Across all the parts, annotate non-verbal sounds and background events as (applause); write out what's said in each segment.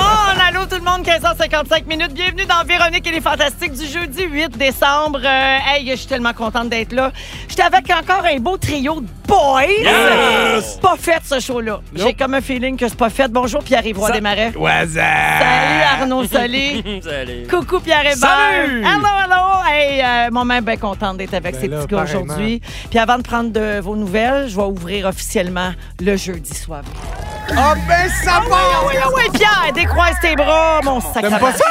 on? Allô tout le monde, 15h55 minutes. Bienvenue dans Véronique et les Fantastiques du jeudi 8 décembre. Euh, hey, je suis tellement contente d'être là. J'étais avec encore un beau trio de boys. C'est Pas fait ce show-là. J'ai comme un feeling que c'est pas fait. Bonjour Pierre-Yves Roy Desmarais. Salut Arnaud (laughs) Solé. Salut. Coucou Pierre Hébert. Salut. Hello, hello. Hey, euh, moi-même, bien contente d'être avec Ben ces là, petits gars pareillement. aujourd'hui. Puis avant de prendre de vos nouvelles, je vais ouvrir officiellement le jeudi soir. Ah ben ça Ah part! oui, ah oui, Pierre, décroise tes bras, mon sac. T'aimes pas ça?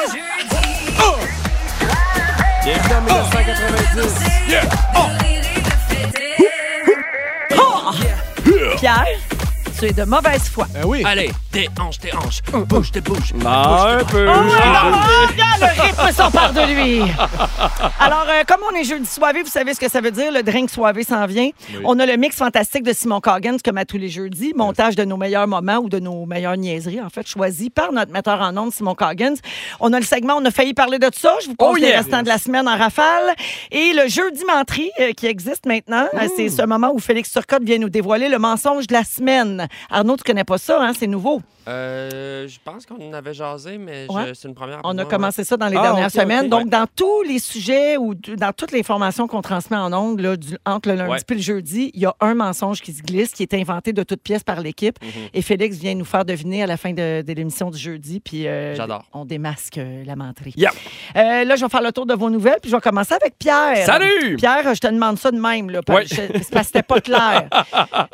Pierre, tu es de mauvaise foi. Ben oui! Allez, tes hanches, tes hanches. Eh Bouge, tes bouches. Ah, un peu. Oh, regarde, le rythme s'empare de lui. (laughs) Alors, euh, comme on est jeudi soivé, vous savez ce que ça veut dire, le drink soivé s'en vient. On a le mix fantastique de Simon Coggins, comme à tous les jeudis, montage de nos meilleurs moments ou de nos meilleures niaiseries, en fait, choisi par notre metteur en ondes, Simon Coggins. On a le segment On a failli parler de ça. Je vous Oh, conseille le yeah. restant de la semaine en rafale. Et le jeudi menterie euh, qui existe maintenant, euh, c'est Mmh. ce moment où Félix Turcotte vient nous dévoiler le mensonge de la semaine. Arnaud, tu connais pas ça, hein? c'est nouveau. Euh, je pense qu'on en avait jasé, mais je- Ouais. c'est une première. pour On a moi, commencé ça dans les Ah, dernières ok, semaines. ok. Donc, dans tous les sujets ou d- dans toutes les formations qu'on transmet en ondes, là, du- entre le lundi Ouais. puis le jeudi, il y a un mensonge qui se glisse, qui est inventé de toutes pièces par l'équipe. Et Félix vient nous faire deviner à la fin de, de l'émission du jeudi. Puis euh, J'adore. on démasque euh, la menterie. Yeah. Euh, là, je vais faire le tour de vos nouvelles, puis je vais commencer avec Pierre. Salut! Pierre, je te demande ça de même, là, parce, Ouais. que c'est parce que c'était (laughs) pas clair.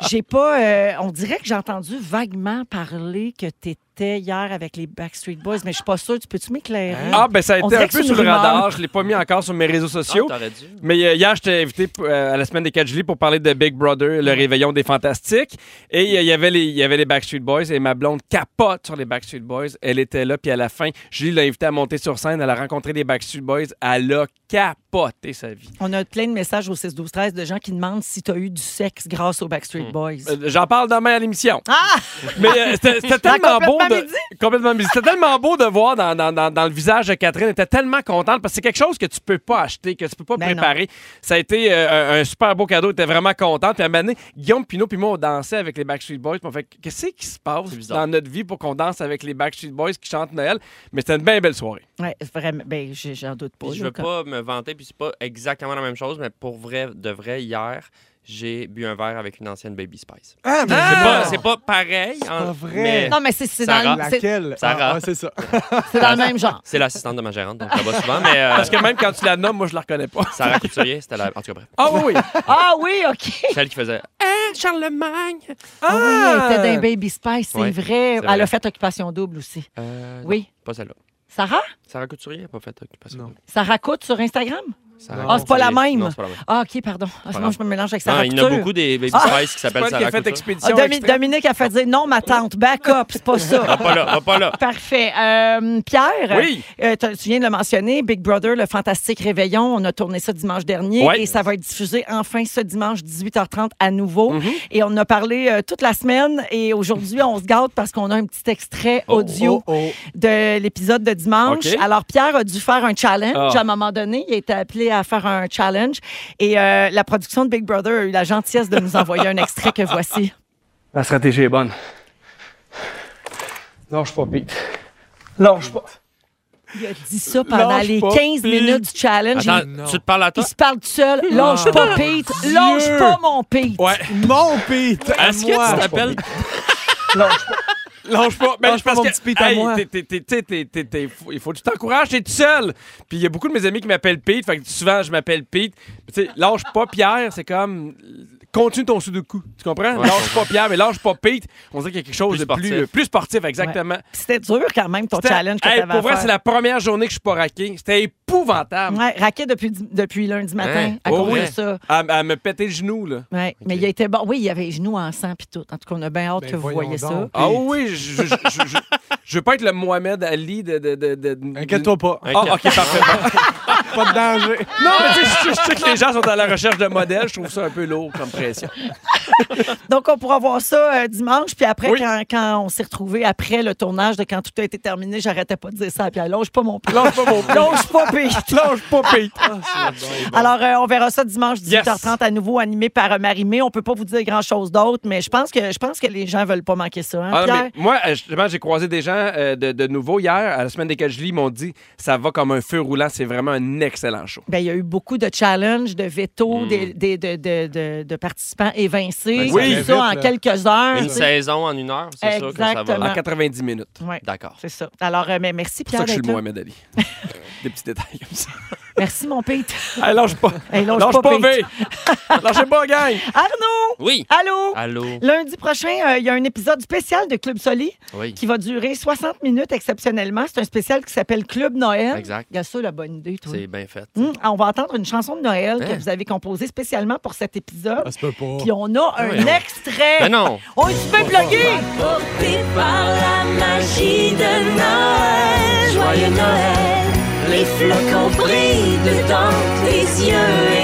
J'ai pas. euh, on dirait que j'ai entendu vaguement parler que tu étais hier avec les Backstreet Boys, mais je suis pas sûre. Tu peux-tu m'éclairer? Ah, ben ça a On été dirait un que peu c'est sur une le rumeur. radar. Je l'ai pas mis encore sur mes réseaux Ah, sociaux. t'aurais dû. Mais euh, hier, j'étais invité euh, à la semaine des 4 juillet pour parler de Big Brother, le réveillon des fantastiques. Et euh, il y avait les- il y avait les Backstreet Boys et ma blonde capote sur les Backstreet Boys. Elle était là, puis à la fin, Julie l'a invitée à monter sur scène. Elle a rencontré les Backstreet Boys. Elle a capoté sa vie. On a plein de messages au 6 12 13 de gens qui demandent si tu as eu du sexe grâce aux Backstreet Boys. Euh, J'en parle demain à l'émission. Ah! Mais euh, c'était c'était tellement beau. complètement De... midi. Complètement midi. C'était tellement beau de voir dans, dans- dans- dans le visage de Catherine. Elle était tellement contente parce que c'est quelque chose que tu peux pas acheter, que tu peux pas Ben non. préparer. Ça a été euh, un, un super beau cadeau. Elle était vraiment contente. Puis à un moment donné, Guillaume Pinot puis moi, on dansait avec les Backstreet Boys. Puis on fait Qu'est-ce qui se passe C'est bizarre. dans notre vie pour qu'on danse avec les Backstreet Boys qui chantent Noël? Mais c'était une bien belle soirée. Ouais, vraiment. Ben, j'ai- j'en doute pas. Puis je là, veux comme- pas me vanter, puis c'est pas exactement la même chose, mais pour vrai, de vrai, hier, j'ai bu un verre avec une ancienne Baby Spice. Ah, mais C'est c'est pas, pas- c'est pas pareil. C'est pas vrai. Non, mais c'est c'est dans, Sarah. le- c'est- Laquelle? Sarah. Ah, ouais, c'est ça. c'est dans le même genre. (laughs) C'est l'assistante de ma gérante, donc ça va souvent, mais euh, Parce que même quand tu la nommes, moi, je la reconnais pas. (laughs) Sarah Couturier, c'était la. En tout cas, bref. Ah (laughs) oui, oui. Ah oui, OK. Celle qui faisait. Ah oui, elle était d'un Baby Spice, c'est Ouais, vrai. c'est vrai. Elle a fait Occupation Double aussi. euh, non, Oui. Pas celle-là. Sarah? Sarah Couturier n'a pas fait occupation. Non. Double. Ça racoute sur Instagram? Sarah Ah, c'est pas la Couturier. même. Non, c'est pas la même. Ah, OK, pardon. Ah, sinon, grave. je me mélange avec Sarah Non, il y en a Couture. beaucoup des Baby Spice qui s'appellent Pas qui Sarah a fait Couturier. Ah, expédition. Domi- extrême. Dominique a fait dire non, ma tante, back up, c'est pas ça. Pas là, pas là. Parfait. Euh, Pierre, Oui. euh, t'as- tu viens de le mentionner, Big Brother, le fantastique réveillon, on a tourné ça dimanche dernier Ouais. et ça va être diffusé enfin ce dimanche 18h30 à nouveau. Mm-hmm. Et on en a parlé euh, toute la semaine et aujourd'hui, on se gâte parce qu'on a un petit extrait audio Oh, oh. de l'épisode de dimanche. OK. Alors, Pierre a dû faire un challenge. Ah. À un moment donné, il a été appelé à faire un challenge. Et euh, la production de Big Brother a eu la gentillesse de nous envoyer un extrait que voici. La stratégie est bonne. Lâche pas, Pete. Lâche pas. Il a dit ça pendant Lâche les pas, 15 Pete. minutes du challenge. Attends, non. tu te parles à il toi? se parle tout seul. Lâche pas Pete. Lâche pas mon Pete. Ouais. Mon Pete! à Est-ce que moi. tu t'appelles Lâche pas. (laughs) Lâche pas. Mais Lâche je pas mon pense que, petit Pete à hey, moi. t'es- t'es- t'es- t'sais, t'es- t'es- t'es- faut- il faut que tu t'encourages, t'es tout seul. Puis il y a beaucoup de mes amis qui m'appellent Pete, fait que souvent je m'appelle Pete. Puis, tu sais, lâche pas Pierre, c'est comme continue ton sudoku. Tu comprends? Ouais, lâche je pas Pierre, mais lâche pas Pete. On dirait qu'il y a quelque chose Plus de plus, euh, sportif. plus sportif, exactement. C'était dur quand même, ton C'était- challenge que Hey, t'avais Pour à vrai, faire. c'est la première journée que je suis pas raqué. C'était épouvantable. Ouais, raqué depuis, depuis lundi matin Hein? à Oh cause de oui. ça. À, à me péter le genou, là. Ouais, Mais il était bon. Oui, il y avait les genoux en sang puis tout. En tout cas, on a bien hâte Ben, que vous voyons voyez ça. donc. Ah oui, je, je, je, je- je veux pas être le Mohamed Ali de. de, de, de- de- Inquiète-toi pas. Ah, ok, parfait. Pas de danger. Non, mais tu sais, je, je sais que les gens sont à la recherche de modèles. Je trouve ça un peu lourd comme pression. Hein, Donc, on pourra voir ça euh, dimanche. Puis après, Oui. quand, quand on s'est retrouvés après le tournage de quand tout a été terminé, j'arrêtais pas de dire ça. Puis allonge pas mon pied. Lâche pas mon pied. Longe pas, Pete. Ah, Lâche pas Pete. Alors, euh, on verra ça dimanche 18h30 Yes. à nouveau animé par euh, Marie-Mé. On peut pas vous dire grand-chose d'autre, mais je pense que je pense que les gens veulent pas manquer ça. hein, Ah, Pierre? mais moi, euh, justement, j'ai croisé des gens euh, de, de nouveau hier. À la semaine des Cajulis, ils m'ont dit ça va comme un feu roulant. C'est vraiment un excellent show. Ben, il y a eu beaucoup de challenges, de veto, Hmm. des- des- de, de- de- de participants évincés. Ben, ça Tout va ça en vite, là. quelques heures. Une saison en une heure, c'est sûr que ça va. Exactement. En 90 minutes. C'est Ouais, D'accord. c'est ça. Alors, euh, mais merci, pour Pierre. ça que je suis d'être le là. Mohamed (laughs) Ali. des petits détails comme ça. Merci, mon Pete. Hey, lâche pas. (laughs) Hey, lâche lâche pas, pas, Pete. Pete. Lâchez pas, gang. (laughs) Arnaud! Oui. Allô? Allô? Lundi prochain, euh, il y a un épisode spécial de Club Soli Oui. qui va durer 60 minutes exceptionnellement. C'est un spécial qui s'appelle Club Noël. Exact. Il y a ça, la bonne idée, toi. C'est bien fait. Hum, on va entendre une chanson de Noël que Hein? vous avez composée spécialement pour cet épisode. Ça se peut pas. Puis on a un Ouais, non. extrait. Ben non! On est super blogué! Porté par la magie de Noël, joyeux Noël. Les flocons brillent dans tes yeux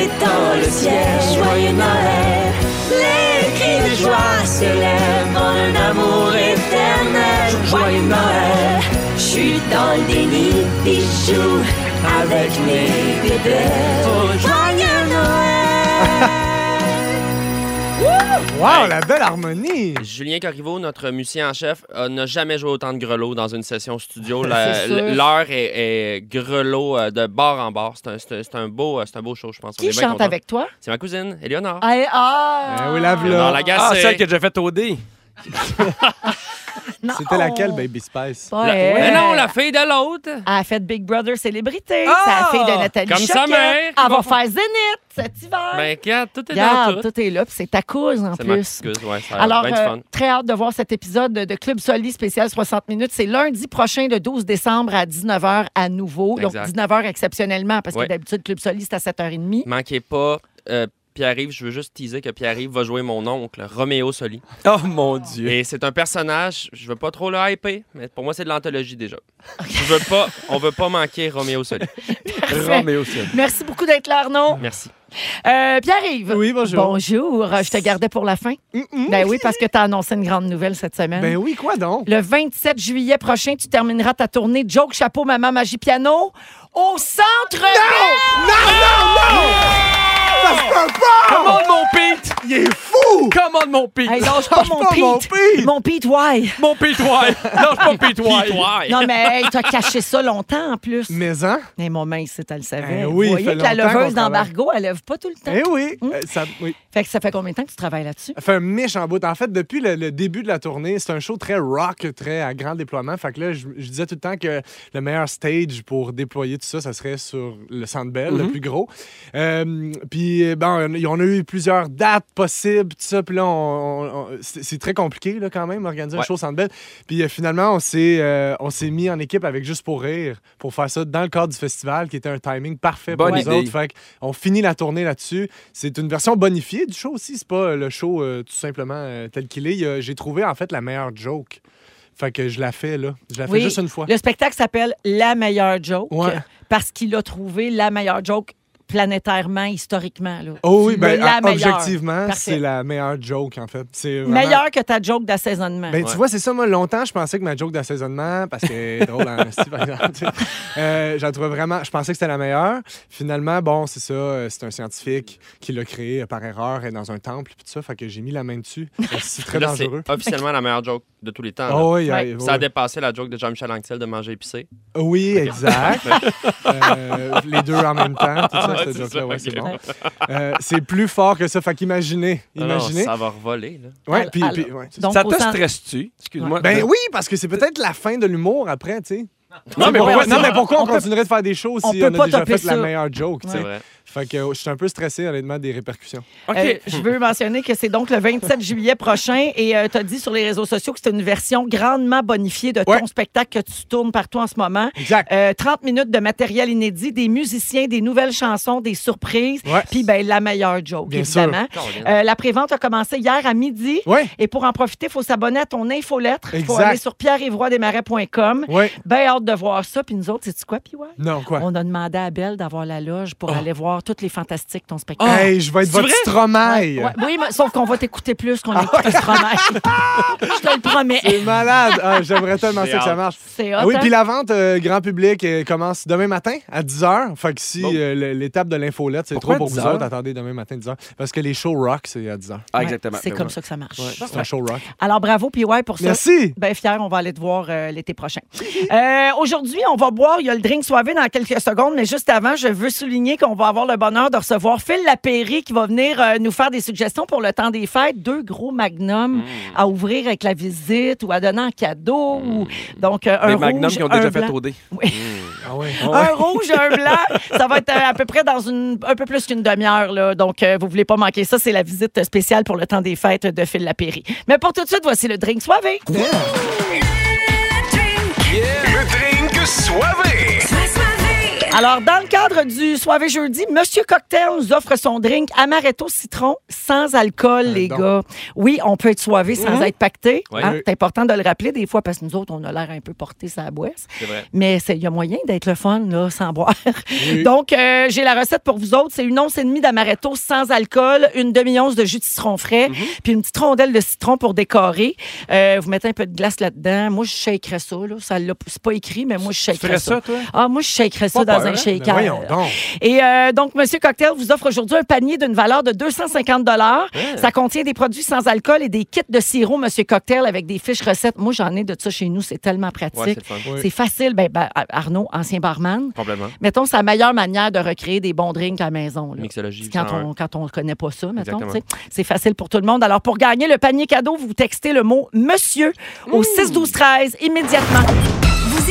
et dans le ciel, joyeux Noël. Les cris de joie s'élèvent en un amour éternel, joyeux Noël. Je suis dans le déni, puis je joue avec mes bébés. Oh, joyeux Noël. Wow, la belle harmonie. Julien Corriveau, notre musicien en chef, euh, n'a jamais joué autant de grelots dans une (laughs) session studio. La- C'est sûr. L'heure est, est grelot euh, de bord en bord. C'est un, c'est un- c'est un beau, euh, c'est un beau show, je pense. On Qui est bien chante contents. avec toi? C'est ma cousine, Éléonore. Ah, ah. Ben oui, lave-le. Éléonore Lagacé. Ah, celle que j'ai faite au dé. Non. C'était laquelle, Baby Spice? Pas La- elle. Mais non, la fille de l'autre. Oh! Elle a fait Big Brother Célébrité. Ah! C'est la fille de Nathalie Comme sa Choquette. mère. Elle va faire Zénith cet hiver. Ben, regarde, tout est dans Regarde, tout. tout est là, puis c'est ta cause en C'est ma plus. petite cousine, ouais, ça Alors, Alors, bien du euh, fun. très hâte de voir cet épisode de Club Soli spécial 60 minutes. C'est lundi prochain, le 12 décembre à 19h à nouveau. Donc, Exact. 19h exceptionnellement, parce que Ouais. d'habitude, Club Soli, c'est à 7h30. Manquez pas. euh, Pierre-Yves, je veux juste teaser que Pierre-Yves va jouer mon oncle, Roméo Soli. Oh mon Dieu. Et c'est un personnage, je veux pas trop le hyper, mais pour moi, c'est de l'anthologie déjà. Je veux pas, on veut pas manquer Roméo Soli. Roméo Soli. Merci beaucoup d'être là, Arnaud. Merci. Euh, Pierre-Yves. Oui, bonjour. Bonjour. Je te gardais pour la fin. Ben oui, parce que tu as annoncé une grande nouvelle cette semaine. Ben oui, quoi donc? Le 27 juillet prochain, tu termineras ta tournée Joke, Chapeau, Maman, Magie, Piano au centre. Non, non, non! Ça se peut pas! Commande mon Pete. Il est fou! Commande mon Pete. Hey, lâche pas mon pas Pete. mon Pete. Mon Pete, why? Mon Pete White. Lâche pas Pete White. Non, mais hey, t'as caché ça longtemps en plus. Mais, Mais hein? mon mince, elle le savait. Eh oui, Vous il voyez fait que la longtemps qu'on leveuse travaille. d'embargo, elle lève pas tout le temps. Eh oui! Hmm? Euh, ça, oui. Fait que ça fait combien de temps que tu travailles là-dessus? Ça fait un méchant bout. En fait, depuis le, le début de la tournée, c'est un show très rock, très à grand déploiement. Fait que là, je, je disais tout le temps que le meilleur stage pour déployer tout ça, ça serait sur le Centre Bell, Mm-hmm. le plus gros. Euh, puis, ben, on, on a eu plusieurs dates possibles, tout ça. Puis là, on- on- on- c'est c'est très compliqué, là, quand même, organiser un Ouais. show au Centre Bell. Puis euh, finalement, on s'est euh, on s'est mis en équipe avec Juste pour rire pour faire ça dans le cadre du festival, qui était un timing parfait Bonne pour nous idée. autres. Fait que on finit la tournée là-dessus. C'est une version bonifiée du show aussi. C'est pas euh, le show euh, tout simplement euh, tel qu'il est. Il y a- J'ai trouvé en fait la meilleure joke. Fait que je la fais là. Je la fais Oui. juste une fois. Le spectacle s'appelle La meilleure joke Ouais. parce qu'il a trouvé la meilleure joke planétairement, historiquement. là. Oh oui, Tu ben, l'as la euh, meilleure. objectivement, Parfait. c'est la meilleure joke en fait. C'est vraiment- Meilleure que ta joke d'assaisonnement. Ben, Ouais. tu vois, c'est ça, moi, longtemps, je pensais que ma joke d'assaisonnement, parce (laughs) que drôle en esti, par exemple, tu sais, euh, j'en trouvais vraiment, je pensais que c'était la meilleure. Finalement, bon, c'est ça, euh, c'est un scientifique qui l'a créé euh, par erreur et dans un temple, puis tout ça, fait que j'ai mis la main dessus. (laughs) C'est très Là, c'est dangereux. officiellement la meilleure joke de tous les temps. là. Ah oui, Ouais. euh, Ça a oui. dépassé la joke de Jean-Michel Anctil de manger épicé. Oui, (laughs) exact. Euh, les deux en même temps, tout ça, Ouais, cette c'est joke-là, ça, ouais, ok. c'est bon. Euh, c'est plus fort que ça, fait qu'imaginez, Ah non, imaginez. ça va revoler. Là. Ouais, Alors- puis, alors- puis- ouais. Donc, Ça au te centre- stresse-tu? Excuse-moi. Ben oui, parce que c'est peut-être la fin de l'humour après, tu sais. Non, mais Pourquoi- pourquoi? non, mais pourquoi on, on peut- continuerait de faire des choses on si peut on pas a déjà topper fait la ça. meilleure joke, tu C'est sais? vrai. Fait que euh, je suis un peu stressé, honnêtement, des répercussions. OK. Euh, je veux mentionner que c'est donc le 27 juillet prochain et tu as dit sur les réseaux sociaux que c'est une version grandement bonifiée de ton Ouais. spectacle que tu tournes partout en ce moment. Exact. Euh, 30 minutes de matériel inédit, des musiciens, des nouvelles chansons, des surprises, Ouais. puis ben, la meilleure joke, Bien sûr. évidemment. Euh, la prévente a commencé hier à midi. Ouais, Et pour en profiter, il faut s'abonner à ton infolettre. Il faut Exact. aller sur pierre-évroidesmarais.com. ouais. Ben hâte de voir ça. Puis nous autres, c'est-tu quoi, PY? Non, quoi? Oh. On a demandé à Belle d'avoir la loge pour aller voir toutes les fantastiques ton spectacle. Hey, je vais être c'est votre vrai? stromaille. Ah, Ouais, oui, mais, sauf qu'on va t'écouter plus qu'on écoute ce fromage. (laughs) Je te le promets. C'est malade. Ah, J'aimerais tellement J'ai ça que ça hâte. marche. C'est Ah hot. oui, hein? puis la vente euh, grand public euh, commence demain matin à 10h. Fait que si Bon. euh, le- l'étape de l'infolette, c'est trop Pourquoi pour vous 10 heures? autres, attendez demain matin 10h. Parce que les shows rock, c'est à 10h. Ah, Ouais, exactement. C'est Ben comme oui. ça que ça marche. C'est un show rock. Alors bravo, PY, pour ça. Merci! Bien fier, on va aller te voir euh, l'été prochain. Euh, Aujourd'hui, on va boire. Il y a le drink soivé dans quelques secondes, mais juste avant, je veux souligner qu'on va avoir le bonheur de recevoir Phil Lapéry qui va venir euh, nous faire des suggestions pour le temps des fêtes. Deux gros Mm. magnums à ouvrir avec la visite ou à donner en cadeau. Ou, donc, euh, un Mm. Des magnums rouge, qui ont déjà un blanc. fait au dé. Ah ouais. Un rouge, un blanc, ça va être euh, à peu près dans une, un peu plus qu'une demi-heure. là. Donc, euh, vous voulez pas manquer ça. C'est la visite spéciale pour le temps des fêtes de Phil Lapéry. Mais pour tout de suite, voici le drink soivé. Le drink soivé. Alors, dans le cadre du Soirée Jeudi, Monsieur Cocktail nous offre son drink Amaretto Citron sans alcool, les don. gars. Oui, on peut être soivé sans être pacté. Ouais. hein. C'est important de le rappeler des fois parce que nous autres, on a l'air un peu porté sa boisse. C'est vrai. Mais c'est- il y a moyen d'être le fun là, sans boire. (laughs) Donc, euh, j'ai la recette pour vous autres. C'est une once et demie d'amaretto sans alcool, une demi-once de jus de citron Mhm. frais, puis une petite rondelle de citron pour décorer. Euh, vous mettez un peu de glace là-dedans. Moi, je shakerais ça. Là. ça l'a- c'est pas écrit, mais moi, je Tu shakerais ferais ça. ça, toi? Ah, moi, je shakerais ça Pas dans peur, un hein? Ben shaker. voyons donc. Et euh, donc, Monsieur Cocktail vous offre aujourd'hui un panier d'une valeur de 250 dollars. Ça contient des produits sans alcool et des kits de sirop Monsieur Cocktail avec des fiches recettes. Moi, j'en ai de ça chez nous. C'est tellement pratique. Ouais, c'est le fun. Oui. C'est facile. Ben, ben, Ar- Arnaud, ancien barman, Complètement. mettons, c'est la meilleure manière de recréer des bons drinks à la maison. là. Mixologie. Quand 101. on, quand on connaît pas ça, mettons, hein. Exactement. tu sais. c'est facile pour tout le monde. Alors, pour gagner le panier cadeau, vous textez le mot Monsieur Mmh. au 6-12-13 immédiatement. Vous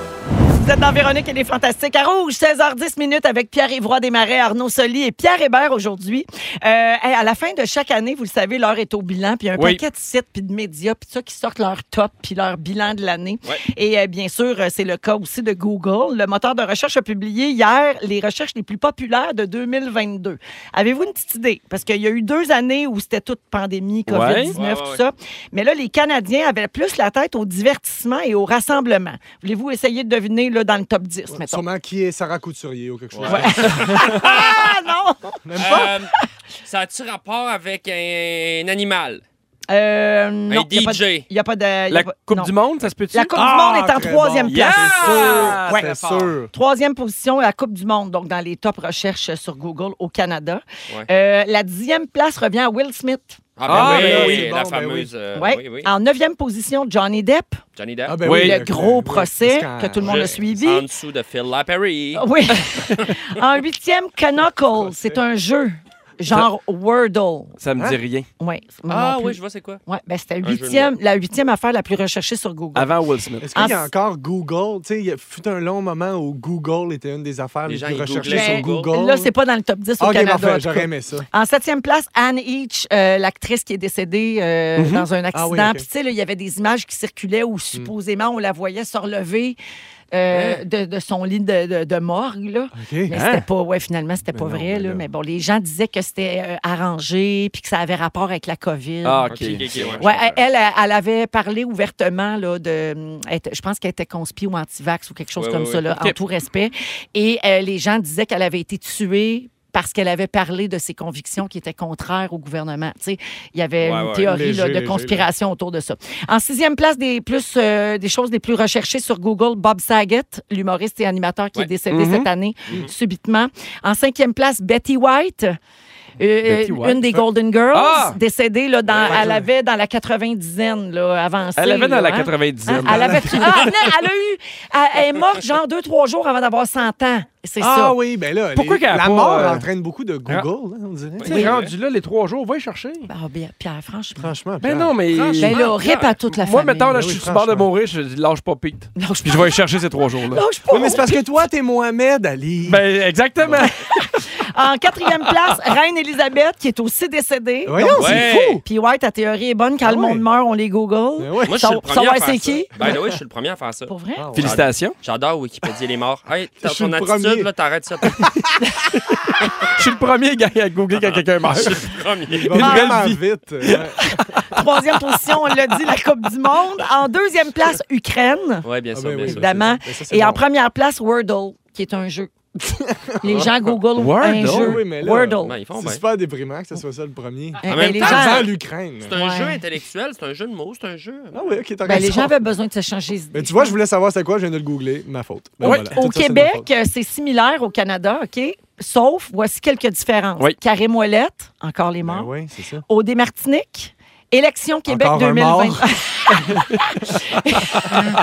Vous êtes dans Véronique et les Fantastiques à Rouge, 16h10 minutes avec Pierre-Yves Roy Desmarais, Arnaud Soli et Pierre Hébert aujourd'hui. Euh, hey, à la fin de chaque année, vous le savez, l'heure est au bilan, puis il y a un Oui. paquet de sites, puis de médias, puis tout ça qui sortent leur top, puis leur bilan de l'année. Ouais. Et euh, bien sûr, euh, c'est le cas aussi de Google. Le moteur de recherche a publié hier les recherches les plus populaires de 2022. Avez-vous une petite idée? Parce qu'il y a eu deux années où c'était toute pandémie, Ouais. COVID-19, Ouais, ouais, tout ouais. ça. Mais là, les Canadiens avaient plus la tête au divertissement et au rassemblement. Voulez-vous essayer de deviner là, dans le top 10, mettons? Sûrement qui est Sarah Couturier ou quelque chose. (laughs) Ah non! (laughs) Même pas. Euh, ça a-tu rapport avec un, un animal? Euh, non, un y a pas de- DJ? y a pas de. Euh, y a La pas- Coupe non. du Monde, ça se peut-tu? La Coupe Ah, du Monde est en très troisième bon. place. Yeah! Ah, Sûr, très c'est fort. sûr. Troisième position, la Coupe du Monde, donc dans les top recherches sur Google au Canada. Ouais. Euh, la dixième place revient à Will Smith. Ah, ben Ah, oui, ben oui, la bon, ben fameuse. euh, Ouais. oui, oui. En neuvième position, Johnny Depp, Johnny Depp. Ah, ben Oui, oui, le gros oui, procès parce que tout le monde Je- a suivi. Ah, En dessous de Phil LaPerry. Oui. (laughs) en huitième, Knuckles. C'est un jeu, genre Wordle. Ça Hein? me dit rien. Oui. moi Ah non oui, plus. je vois c'est quoi. Ouais, ben c'était jeu de huitième, la huitième affaire la plus recherchée sur Google. Avant Will Smith. Est-ce qu'il y a En- encore Google? Tu sais, il y a- fut un long moment où Google était une des affaires Les les, gens, plus ils recherchées googlaient. sur Mais Google. Là, c'est pas dans le top 10 au OK, Canada. en parfait, tout cas. j'aurais aimé ça. En septième place, Anne Heach, euh, l'actrice qui est décédée euh, dans un accident. Ah oui, ok. Puis, tu sais, là, il y avait des images qui circulaient où supposément on la voyait se relever euh, de, de son lit de, de- de morgue. Là. OK. Mais Hein? c'était pas, ouais, finalement, c'était Mais pas non, vrai. mais là. là. Mais bon, les gens disaient que c'était euh, arrangé puis que ça avait rapport avec la COVID. Ah, OK. Ok, ok, ok, ouais. Ouais, elle, elle, elle avait parlé ouvertement là, de. elle était- je pense qu'elle était conspi ou anti-vax ou quelque chose Ouais, comme ouais, ça, ouais. là, en Ok. tout respect. Et euh, les gens disaient qu'elle avait été tuée parce qu'elle avait parlé de ses convictions qui étaient contraires au gouvernement. Tu sais, il y avait Ouais, une ouais, théorie léger, là, de léger, conspiration autour de ça. En sixième place, des, plus, euh, des choses les plus recherchées sur Google, Bob Saget, l'humoriste et animateur qui Ouais. est décédé Mhm. cette année subitement. En cinquième place, Betty White. Euh, Betty White. une des Golden Girls, Ah! décédée, là, dans, elle avait dans la 90aine, là, avancée. Elle avait dans là, la hein? 90 Hein? Elle avait. Ah, non, elle a eu. Elle, elle est morte, genre, deux, trois jours avant d'avoir 100 ans. C'est Ah ça. oui, ben là, Pourquoi les- qu'elle a la pas, mort euh, entraîne beaucoup de Google, hein, on dirait. Tu sais, rendu là, les trois jours, va y chercher. Ah, bien, Pierre, franchement. Franchement. Ben Pierre. non, mais. Franchement. Ben là, rip à toute la Moi, famille. mettons, là, Ben je oui, suis sur le bord de franchement. mourir, je dis, lâche pas Pete. Non, je Puis je vais y chercher ces trois jours-là. lâche pas. Oui, mais c'est parce que toi, t'es Mohamed Ali. Ben, exactement. En quatrième place, Reine Elisabeth, qui est aussi décédée. Voyons, Donc, c'est Ouais. fou. Puis ouais, ta théorie est bonne. Quand Ah le ouais. monde meurt, on les Google. Ben ouais. Moi, je suis Sa- le premier à savoir faire c'est ça. qui? Ben oui, je suis le premier à faire ça. Pour vrai? Ah ouais. Félicitations. J'adore Wikipédia les morts. Hey, Je t'as suis ton le attitude, premier. là, t'arrêtes ça. Je suis le premier gars à googler quand quelqu'un meurt. Je suis (laughs) le premier. Il va belle vraiment vie. vite. Ouais. (laughs) Troisième position, on l'a dit, la Coupe du Monde. En deuxième place, Ukraine, Oui, bien Ah, sûr, ben bien oui. sûr. évidemment. Ben ça, c'est Et en bon. première place, Wordle, qui est un (laughs) jeu. Les gens Google un Wordle? jeu. Oui, mais là, Wordle. Ben, ils font C'est bien. super déprimant que ce soit ça le premier. Eh ben, même les temps, gens, Avant l'Ukraine. C'est un Ouais. jeu intellectuel, c'est un jeu de mots, c'est un jeu. Ah oui, ok, t'as ben, les raison. gens avaient besoin de se changer d'idée. Mais tu vois, je voulais savoir c'est quoi, je viens de le googler, ma faute. Ben Oui. voilà. Au Tout ça, c'est de ma Québec, faute. euh, c'est similaire au Canada, OK? Sauf, voici quelques différences. Oui. Karim Ouellette, encore les Ben morts. oui, c'est ça. Au Démartinique, Élection Québec Encore un 2020. mort. (laughs)